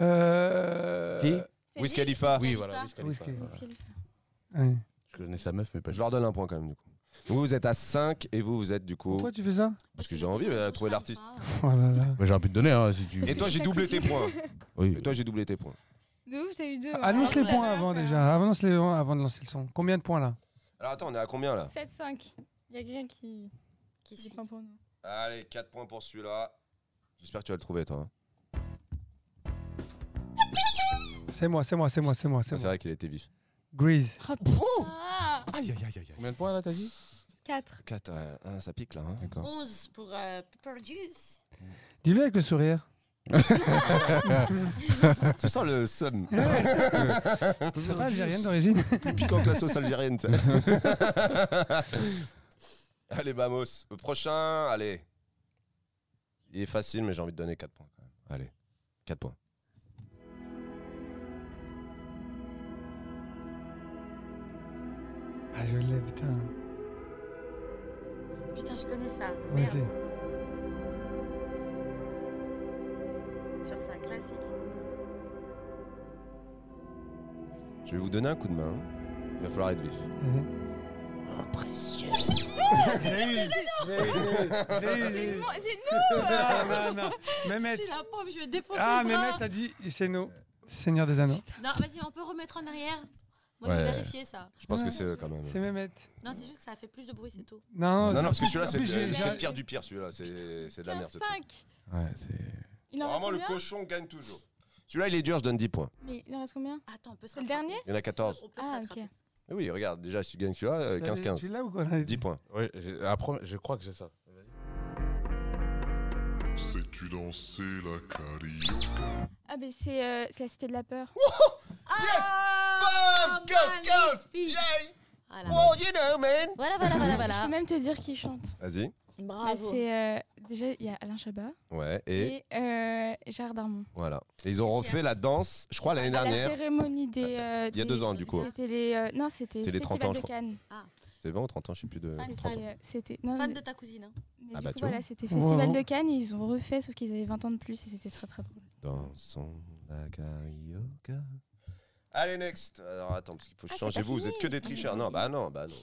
C: Euh...
A: Qui
E: Ah, C'est
B: Wiz
E: lui
B: Khalifa.
A: Oui,
D: Khalifa.
A: voilà. Wiz Khalifa,
C: Wiz
A: voilà.
E: Wiz Khalifa.
C: Ouais.
A: Je connais sa meuf, mais pas
B: Je leur donne un point quand même, du coup. Donc, vous, vous êtes à 5 et vous, vous êtes du coup.
C: Pourquoi tu fais ça
B: Parce que j'ai envie de trouver l'artiste.
G: hein.
C: Oh là là.
A: Bah, J'aurais pu te donner, hein, si tu.
B: Et toi, j'ai doublé tes points.
A: Oui.
B: Et toi, j'ai doublé tes points.
E: De ouf, t'as eu deux.
C: Annonce les
D: ouais.
C: points avant déjà. Annonce les points avant de lancer le son. Combien de points là
B: Alors, attends, on est à combien là
E: 7-5. Y'a quelqu'un qui.
D: Qui
E: qui
D: suit
E: dit pas pour nous.
B: Allez, 4 points pour celui-là. J'espère que tu vas le trouver, toi. hein.
C: C'est moi, c'est moi, c'est moi, c'est moi,
B: Ah, C'est
C: c'est moi.
B: vrai qu'il était vif.
C: Grease.
B: Aïe, aïe, aïe, aïe.
A: Combien de points, là, t'as dit
E: 4.
B: 4, euh, ça pique là. hein.
A: D'accord.
D: 11 pour euh, Pepper Juice.
C: Dis-le avec le sourire.
B: Tu sens le seum. Ah,
C: C'est pas algérienne d'origine.
B: Plus piquant que la sauce algérienne. t'as. allez, vamos. Le prochain, allez. Il est facile, mais j'ai envie de donner 4 points. quand même. Allez, 4 points.
C: Ah, je l'ai, putain.
G: Putain, je connais ça.
C: Moi
G: Merde.
C: aussi.
G: Genre, c'est un classique.
B: Je vais vous donner un coup de main. Il va falloir être vif.
C: Vas-y.
B: Précieux.
C: Je l'ai eu, je l'ai eu, je l'ai eu, je l'ai eu.
E: Bon, c'est
C: Ah, non, non. Mehmet.
G: Si la pauvre, je vais défoncer
C: Ah,
G: le
C: Mehmet
G: bras.
C: t'as dit c'est nous. Seigneur des Anneaux.
G: Non, vas-y, on peut remettre en arrière. Moi, je
B: Ouais.
G: vais vérifier ça.
B: Je pense que c'est quand même.
C: C'est Mehmet.
G: Non, c'est juste que ça a fait plus de bruit, c'est tout.
C: Non,
B: Non, non, parce que
C: en
B: celui-là, c'est
C: plus, j'ai-
B: le c'est
C: j'ai-
B: le pire du pire, celui-là. C'est c'est de la merde, ce truc.
E: 5.
A: Ouais, c'est.
E: Il en
B: Vraiment,
E: reste
B: le
E: combien
B: cochon gagne toujours. Celui-là, il est dur, je donne 10 points.
E: Mais il en reste combien
G: Attends, on peut se
E: C'est le
G: rattraper.
E: dernier
B: Il y en a 14.
G: On peut se
E: Ah,
G: rattraper.
E: ok.
B: Eh Oui, regarde, déjà, si tu gagnes celui-là, euh,
C: T'avais- Tu
B: 15-15.
C: l'as ou quoi là
B: 10 points.
A: Ouais, j'ai- la première- je crois que j'ai ça.
H: Sais-tu danser la carioca
E: Ah, mais c'est euh, c'est la cité de la peur.
G: Ah,
B: Bam 15-15.
G: magnifique. Voilà.
B: Oh, you know, man
D: Voilà, voilà, voilà,
E: Je peux
D: voilà.
E: même te dire qui chante.
B: Vas-y.
G: Ah,
E: Bah,
D: Bravo.
E: c'est euh, déjà il y a Alain Chabat
B: Ouais, et,
E: et, euh, Gérard Darmon.
B: voilà. Et ils ont refait la danse, je crois, l'année
D: ah,
E: La
B: dernière.
E: cérémonie des. euh,
B: Il y a
E: des-
B: deux ans, du coup.
E: C'était les. euh, non, c'était
B: C'était
E: le
B: les 30 ans,
E: Festival
B: je
E: de
B: crois.
E: Cannes.
B: C'était 20 ou 30 ans, je sais plus de.
G: Fan,
B: 30
G: fan.
B: ans.
E: Et, euh, C'était. Non,
G: Fan
E: mais-
G: de ta cousine. hein.
E: mais
B: Ah
E: du
B: bah,
E: coup,
B: tu vois.
E: voilà, c'était Festival
C: Wow.
E: de Cannes. Ils ont refait, sauf qu'ils avaient 20 ans de plus et c'était très très drôle.
B: Dansons la carioca. Allez, next Alors attends, parce qu'il faut
D: Ah, c'est
B: changer
D: pas
B: vous, vous
D: fini.
B: êtes que
D: Ah,
B: des
D: c'est
B: tricheurs.
D: pas
B: Non,
D: fini.
B: bah non, bah non.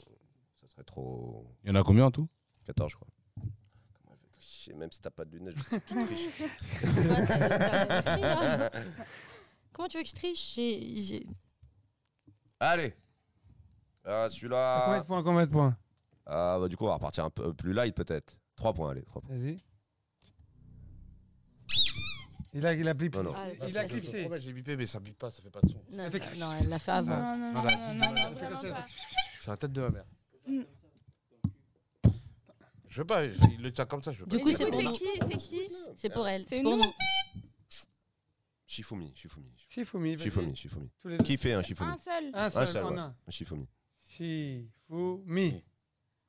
B: Ça serait trop.
A: Il y en a combien en tout
B: 14, je crois. Comment elle veut tricher Même si t'as pas de lunettes, je sais que tu triches.
D: Tu vois, t'as- t'as- t'as écrit, hein. Comment tu veux que je triche J'ai- j'ai-
B: Allez
C: À
B: Ah,
C: Combien de
B: celui-là
C: points Combien de points
B: Ah, bah du coup, on va repartir un peu plus light peut-être. 3 points, allez, 3 points.
C: Vas-y. Il a, il a, clip-
B: Non, non.
D: Ah,
C: il a
D: ça, c'est-
C: clipsé.
A: J'ai bipé, mais ça bip pas, ça fait pas de son.
D: Non,
C: Avec-
D: bah, non, elle l'a fait
B: Ah
D: avant.
E: Non, non,
B: bah,
A: non,
E: non,
A: la-
E: non, non, non,
C: Elle fait comme
E: vraiment
C: ça,
E: pas.
A: Sur la tête de ma mère.
E: Mm.
A: Je veux pas, il le tient comme ça, je veux
D: Du
E: Mais
D: coup, c'est
E: c'est
D: pour nous.
E: qui C'est qui
D: C'est pour elle.
E: C'est
D: C'est pour
E: nous.
D: nous.
B: Chifumi, Chifumi.
C: Shifumi. vas-y.
B: Chifumi, Chifumi.
C: Tous les deux.
B: Qui
D: Ah.
B: fait un Chifumi
E: Un seul.
C: Un seul,
B: seul,
C: en
B: ouais.
C: un.
B: Un Chifumi.
C: Shifumi.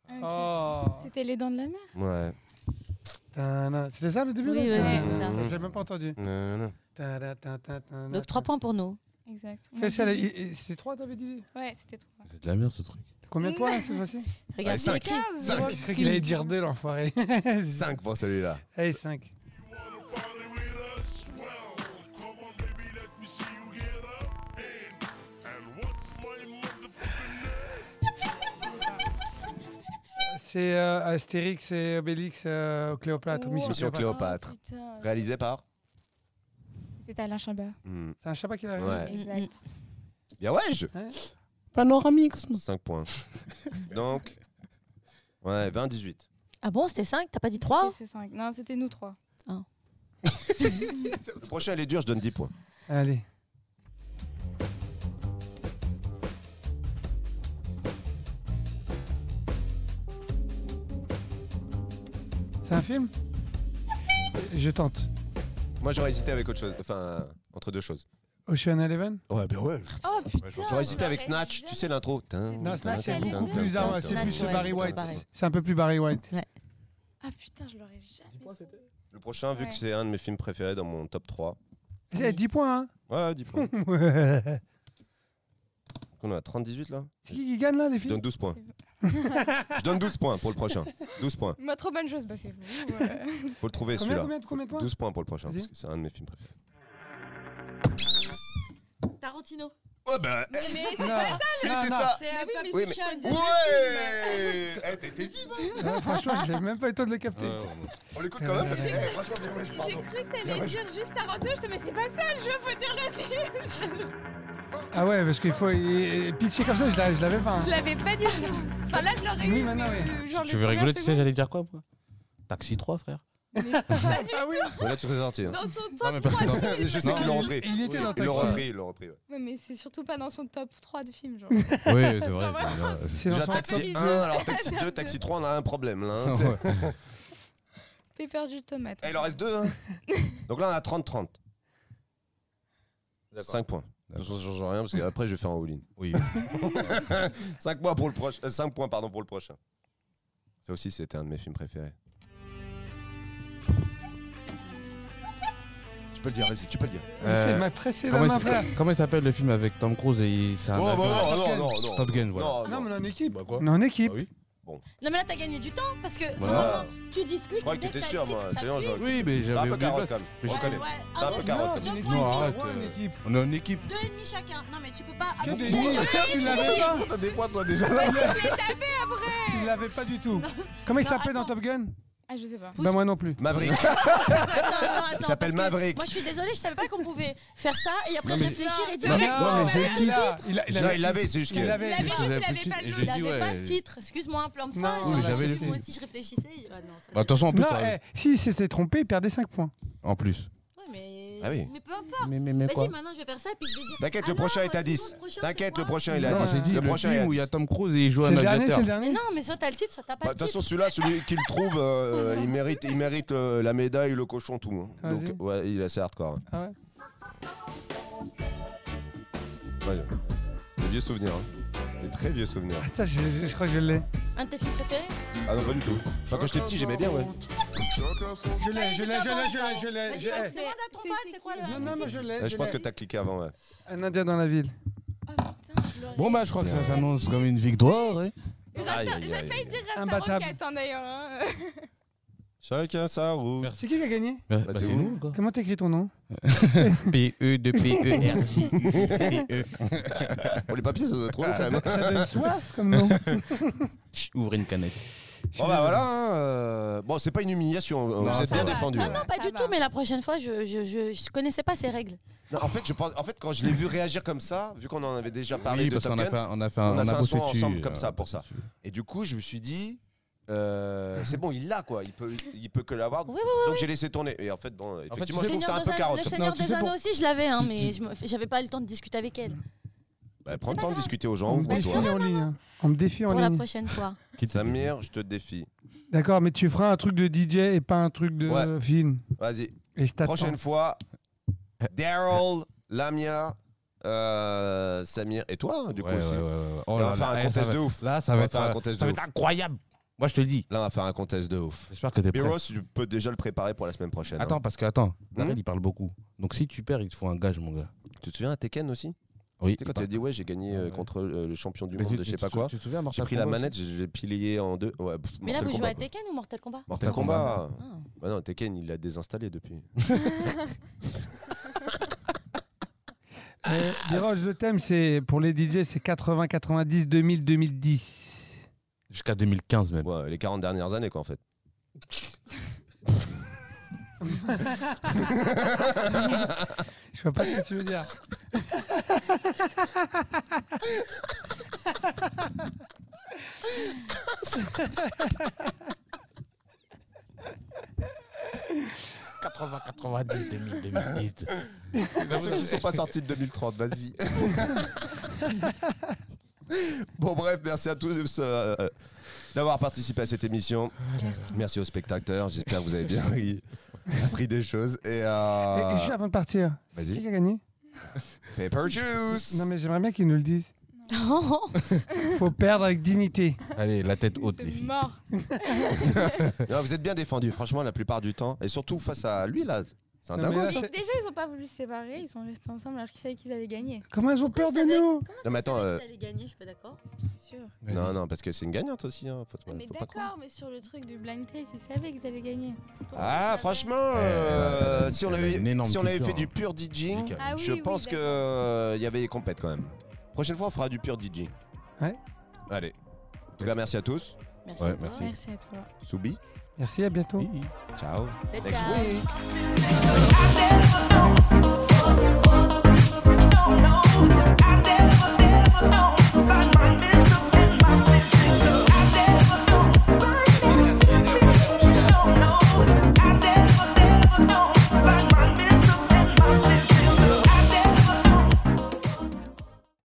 E: Ok.
C: Oh.
E: C'était les dents de la mer.
B: Ouais.
C: Tana. C'était ça le début
D: Oui,
C: là
D: vas-y,
C: Tana.
D: c'est ça.
B: Ouais.
C: J'ai même pas entendu.
B: Non, non.
C: Tana, tana, tana,
D: Donc, 3 points pour nous.
E: Exact.
C: tana. Qu'est-ce qu'elle a- il- il- C'est 3 t'avais dit
E: Ouais, c'était trois.
A: C'est de la merde ce truc.
C: Combien de points là cette fois-ci
D: Regarde,
E: Ah,
B: Allez,
D: c'est
B: Eh, cinq.
D: écrit.
B: Cinq.
C: Je croyais qu'il allait dire 2 l'enfoiré.
B: 5 pour celui-là.
C: Allez 5. C'est euh, Astérix et Obélix euh, au Cléopâtre.
E: Wow.
C: Mission
B: Mission
C: Cléopâtre.
B: Cléopâtre.
E: Oh, putain.
B: Réalisé par
E: C'était Alain Chabat.
B: Hmm.
C: C'est un chabat qui l'a
B: Ouais.
G: Mm,
E: Exact.
B: Bien ouais, je...
C: Ouais.
B: Panoramique. 5 points. Donc... Ouais, 20-18.
D: Ah bon, c'était 5 T'as pas dit
E: Oui,
D: 3
E: c'est cinq. Non, c'était nous trois.
B: Le prochain, elle est dure, je donne 10 points.
C: Allez. C'est un film Je tente.
B: Moi, j'aurais hésité avec autre chose. Enfin, euh, entre deux choses.
C: Ocean Eleven
B: Ouais, ben ouais.
E: Oh putain.
B: J'aurais hésité avec Snatch, tu sais l'intro.
C: Non, Snatch, c'est beaucoup
E: Tintin,
C: plus,
D: Tintin,
C: ah, c'est
D: Snatch,
C: plus
D: ouais,
C: Barry
D: c'est
C: White.
D: pareil.
C: C'est un peu plus Barry White.
E: Ah putain, je l'aurais jamais. dit.
B: Le prochain, vu
E: Ouais.
B: que c'est un de mes films préférés dans mon top 3.
A: Ah
C: Eh, 10 points,
B: Ouais, 10 points.
C: hein Ouais.
B: Donc, on est à 30-18 là
C: C'est qui qui gagne là, les
B: Je
C: filles
B: donne 12 points. je donne 12 points pour le prochain. 12 points.
E: Ma trop bonne chose, bah c'est vous. euh.
B: Faut le trouver
C: Combien,
B: celui-là.
C: combien, combien de points
B: 12 points pour le prochain,
C: Vas-y.
B: parce que c'est un de mes films préférés.
G: Tarantino.
B: Ouais, bah,
G: Mais c'est
C: Non,
B: si,
C: non,
B: c'est
C: non.
B: ça
G: c'est un
E: oui, mais
G: peu
B: Oui,
G: fiction.
B: mais. Ouais Eh, t'es- t'es vif
C: Ouais, Euh, Franchement, je l'ai même pas eu le temps de le capter.
B: On l'écoute quand même parce que, eh, franchement,
E: J'ai cru que t'allais dire juste avant tout, je te mais c'est pas ça le jeu, faut dire le film.
C: Ah ouais, parce qu'il faut y- y- pitcher comme ça, je l'a- je l'avais pas. hein.
E: Je l'avais pas du tout. Enfin là, je l'aurais
C: Oui,
E: eu.
C: maintenant,
E: mais,
C: oui.
E: euh, genre,
A: Tu
E: les
A: veux
E: premières
A: rigoler, tu sais,
E: secondes,
A: j'allais dire quoi, moi Taxi 3, frère
E: pas du
C: Ah oui,
B: Ouais, Là, tu serais sorti. hein.
E: Dans son
A: Non,
E: top
A: mais parce que-
E: 3.
B: Je sais
A: Non.
B: qu'ils l'ont repris.
C: il était dans
B: Ils l'ont
C: Taxi.
B: repris, ils l'ont repris. ouais.
E: Ouais, mais c'est surtout pas dans son top 3 de films, genre.
A: Oui, c'est vrai.
E: Genre,
C: C'est dans
B: Déjà,
C: son
B: taxi 1,
E: top.
B: alors taxi 2, taxi 3, on a un problème là. hein, tu sais.
E: Pépère du tomate.
B: Eh, il en reste deux. Hein. Donc là, on a 30-30.
I: D'accord.
B: 5 points. De toute façon, ça change rien parce qu'après, je vais faire un all-in.
A: Oui.
B: 5 points pour le proche- euh, cinq points pardon, pour le prochain. Ça aussi, c'était un de mes films préférés. Tu peux le dire, vas-y, tu peux le dire.
C: C'est
A: Euh,
C: ma pressée la
A: Comment
C: main,
A: il
C: frère.
A: s'appelle- comment il s'appelle le film avec Tom Cruise et il- c'est un
B: Oh, bah,
A: avion
B: non,
C: Top
B: non,
C: Gun.
B: non, non.
A: Top Gun, voilà.
B: Non,
C: Non, mais on est en équipe.
A: Bah quoi
C: On est en équipe.
A: Ah oui.
D: Non, mais là, t'as gagné du temps parce que
B: Voilà.
D: normalement, tu discutes.
B: Je crois que
D: dès
B: t'étais
D: t'as le
B: sûr,
D: titre,
B: moi.
D: t'as
B: Soyons
D: plus.
B: heureux.
A: Oui, mais
B: T'es un
A: j'avais
B: peu
A: oublié.
B: carotte, quand même.
A: Mais je
D: Ouais,
B: reconnais.
D: ouais,
B: T'es
A: bah,
B: un peu
D: deux-
B: carotte,
C: Non,
B: quand
C: c'est
B: même.
C: une équipe.
A: Non, arrête,
C: Ouais, une
A: euh.
C: équipe.
A: On est en équipe.
D: Deux et demi chacun. Non, mais tu peux pas.
C: Que des
D: Ah, il y a- il y a-
C: boules. Tu l'avais pas.
A: T'as des points, toi, déjà là
C: Tu l'avais pas du tout. Comment il
D: Non,
C: s'appelait dans
D: attends.
C: Top Gun
E: Ah, je sais pas.
D: Pousse-
C: Bah moi non plus.
B: Maverick.
D: Attends, attends, attends,
B: s'appelle
D: parce que
B: Maverick.
D: Moi, je suis désolée, je savais pas qu'on pouvait faire ça et après
A: Non, mais-
D: réfléchir et dire.
A: Non, mais-
C: Non,
A: mais j'ai
C: il a- il a- il
B: Non,
C: avait-
B: il l'avait, c'est juste
C: Il
B: que.
C: l'avait.
E: Il avait juste, il avait pas le nom.
D: Il avait pas le titre, excuse-moi, un plan de fin.
C: Non,
D: genre,
A: oui, j'avais
D: j'ai
A: le
D: vu,
A: titre.
D: Moi aussi, je réfléchissais. et- ah non, ça,
A: Bah, attention, en plus.
C: Non,
A: t'as-
C: eh, si il s'était trompé, il perdait 5 points.
A: En plus.
G: Ouais, mais...
B: Ah oui.
G: mais peu importe.
A: Mais, mais, mais
G: Vas-y, maintenant je vais faire ça et puis je vais dire.
B: T'inquiète,
G: Ah
B: le prochain
G: non,
B: est à
G: c'est
B: 10.
G: mon prochain,
B: T'inquiète,
G: c'est
B: le
G: moi.
B: prochain il est
C: Non,
B: à
C: j'ai dit,
B: 10.
A: le
B: Le prochain est
A: film
B: à
A: où il y
B: 10.
A: a Tom Cruise et il joue
C: C'est
A: un
C: le dernier, c'est
A: aviateur.
C: le
D: Mais
C: dernier.
D: non, mais soit t'as le titre, soit t'as
B: Bah, De
D: pas le
B: toute façon,
D: titre.
B: celui-là, celui qui le trouve, euh, il mérite, il mérite euh, la médaille, le cochon, tout. hein.
C: Vas-y.
B: Donc, ouais, il est assez hardcore. hein.
C: Ah ouais.
B: Ouais. Des vieux souvenirs. hein. Des très vieux souvenirs.
C: Ah, ça, je, je- je crois que je l'ai.
D: Un de tes films préférés
B: Ah non, pas du tout. Enfin, quand j'étais petit, j'aimais bien, ouais.
C: Je
D: Ça y
C: l'ai,
D: est,
C: je
D: j'ai
C: l'ai,
D: fait
C: je
D: un
C: l'ai,
D: bon
C: je l'ai, je l'ai.
D: Vas-y,
C: je l'ai.
D: demande à ton pote, c'est quoi le.
C: Non, non, non, je l'ai.
B: Ouais,
C: je
B: je pense
C: l'ai.
B: que t'as cliqué avant, ouais.
C: Un indien dans la ville.
E: Oh putain, je l'aurais.
A: Bon, bah, je crois que ça s'annonce comme une victoire. hein.
B: Aïe, aïe,
E: Rasta- J'ai
B: aïe,
E: failli
B: aïe.
E: dire Rasta
C: Imbattable.
E: Rocket hein, d'ailleurs. hein.
B: Chacun sa roue.
A: Merci.
C: C'est qui qui a gagné
A: Bah,
B: c'est
A: c'est
B: vous.
A: nous, quoi.
C: Comment t'écris ton nom
A: PE de PER.
B: Pour les papiers, ça doit être trop long, quand même. hein.
C: Ça donne soif comme nom.
A: Ouvrez une canette.
B: Bon, bah voilà. hein, euh, Bon, c'est pas une humiliation. euh,
A: Non,
B: Vous êtes
A: ça
B: bien
A: va.
B: défendus.
D: Non, non, pas
E: Ça
D: du
E: va.
D: tout, mais la prochaine fois, je, je, je, je connaissais pas ces règles.
B: Non, en fait, je pense, en fait, quand je l'ai vu réagir comme ça, vu qu'on en avait déjà parlé
A: Oui,
B: de
A: parce
B: Top
A: qu'on a
B: Gun,
A: fait un- on a fait
B: on
A: un
B: a
A: on
B: fait
A: a
B: un
A: bossé
B: son ensemble
A: dessus,
B: comme
A: euh,
B: ça, pour ça. et du coup, je me suis dit, euh,
A: Mhm.
B: c'est bon, il l'a quoi, il peut, il peut que l'avoir.
D: Oui,
B: Donc j'ai laissé tourner. Et en fait, bon, effectivement,
A: tu
B: je trouve
A: sais-
B: que t'es un
D: des
B: peu
D: Anneaux-
B: carotte.
D: le Seigneur
A: tu sais
D: des Anneaux
A: pour-
D: aussi, je l'avais, hein, mais je me- j'avais pas le temps de discuter avec elle.
B: Bah, prends le temps de discuter aux gens.
C: On me
B: ouvre-toi.
C: défie en ligne. hein. On me défie en
D: Pour la
C: ligne.
D: prochaine fois.
B: Samir, je te défie.
C: D'accord, mais tu feras un truc de DJ et pas un truc de
B: Ouais.
C: film.
B: Vas-y.
C: Et je t'attends.
B: Prochaine fois, Daryl, Lamia, euh, Samir et toi, du coup
A: Ouais,
B: aussi.
A: ouais, ouais, ouais. Oh
B: Et on
A: là
B: va faire
A: là,
B: un
A: eh,
B: contest
A: ça
B: de
A: va-
B: ouf.
A: Là, ça
B: On
A: va
B: va
A: être
B: faire un
A: euh,
B: contest
A: ça
B: de
A: va être incroyable. Moi, je te le dis.
B: Là, on va faire un contest de ouf.
A: J'espère que t'es prêt.
B: Biros, tu peux déjà le préparer pour la semaine prochaine. hein.
A: Attends, parce que, attends, Darrell,
B: Hmm
A: il parle beaucoup. Donc, si tu perds, il te faut un gage, mon gars.
B: Tu te souviens à Tekken aussi
A: Oui.
B: Tu sais, quand tu as dit, ouais, j'ai gagné euh,
A: Ouais.
B: contre euh, le champion du
A: Mais
B: monde,
A: tu-
B: je sais
A: tu-
B: pas
A: tu-
B: quoi.
A: Tu te souviens,
B: J'ai
A: Mortal
B: pris la
A: Kombat
B: manette, je je l'ai plié en deux. Ouais, pff,
D: Mais là,
B: Mortal
D: vous jouez à
B: Kombat.
D: Tekken ou Mortal Kombat
B: Mortal
A: Mortal
B: Kombat.
A: hein.
D: Ah.
B: Bah non, Tekken, il l'a désinstallé depuis.
C: Euh, Biroche, le thème, c'est pour les DJ, c'est 80, 90, 2000, 2010.
A: Jusqu'à 2015, même.
B: Ouais, les 40 dernières années, quoi, en fait.
C: Je vois pas ce que tu veux dire.
A: Bah
B: ceux qui sont pas sortis de 2030, vas-y. bon, bref, merci à tous euh, euh, d'avoir participé à cette émission. Merci. aux spectateurs. J'espère que vous avez bien ri, appris des choses. Et.
C: Et-
B: euh,
C: Et juste avant de partir, c'est
B: Vas-y.
C: qui qui a gagné
B: Paper Juice
C: Non, mais j'aimerais bien qu'ils nous le disent.
D: Oh,
C: Faut perdre avec dignité.
A: Allez, la tête haute, les
E: C'est
A: filles.
E: mort.
B: Non, Vous êtes bien défendus, franchement, la plupart du temps. Et surtout face à lui, là. C'est un
C: Non, mais
B: dingo,
C: là,
B: ça.
C: c'est-
E: Mais déjà, ils ont pas voulu se séparer, ils sont restés ensemble alors qu'ils savaient qu'ils allaient gagner.
C: Comment ils ont peur de
G: ça va
C: nous
B: Non, mais attends. euh,
G: Ça allait gagner, je suis pas d'accord.
E: Sûr.
B: Non, non, parce que c'est une gagnante aussi. Hein. Faut,
E: mais
B: Euh, faut pas croire.
E: d'accord, mais sur le truc du blind taste, ils savaient qu'ils allaient gagner.
B: Ah, franchement,
A: Eh, elle a- elle
B: euh,
A: a-
B: si on
A: elle a
B: avait,
A: une énorme
B: si on avait
A: culture,
B: fait
A: hein.
B: du pur DJing,
A: Musicale.
E: Ah oui,
B: Bah, je
E: oui,
B: pense que
E: d'accord.
B: euh, il y avait des compètes quand même. Prochaine fois, on fera du pur DJing.
C: Ouais.
B: Allez. En tout cas, merci à tous.
D: Merci.
A: Ouais,
D: à toi.
A: merci.
E: Merci à toi.
B: Soubi.
C: Merci, à bientôt.
B: Ciao.
D: Faites
B: Next
D: gaffe.
B: week.
F: No, no, I never, never know.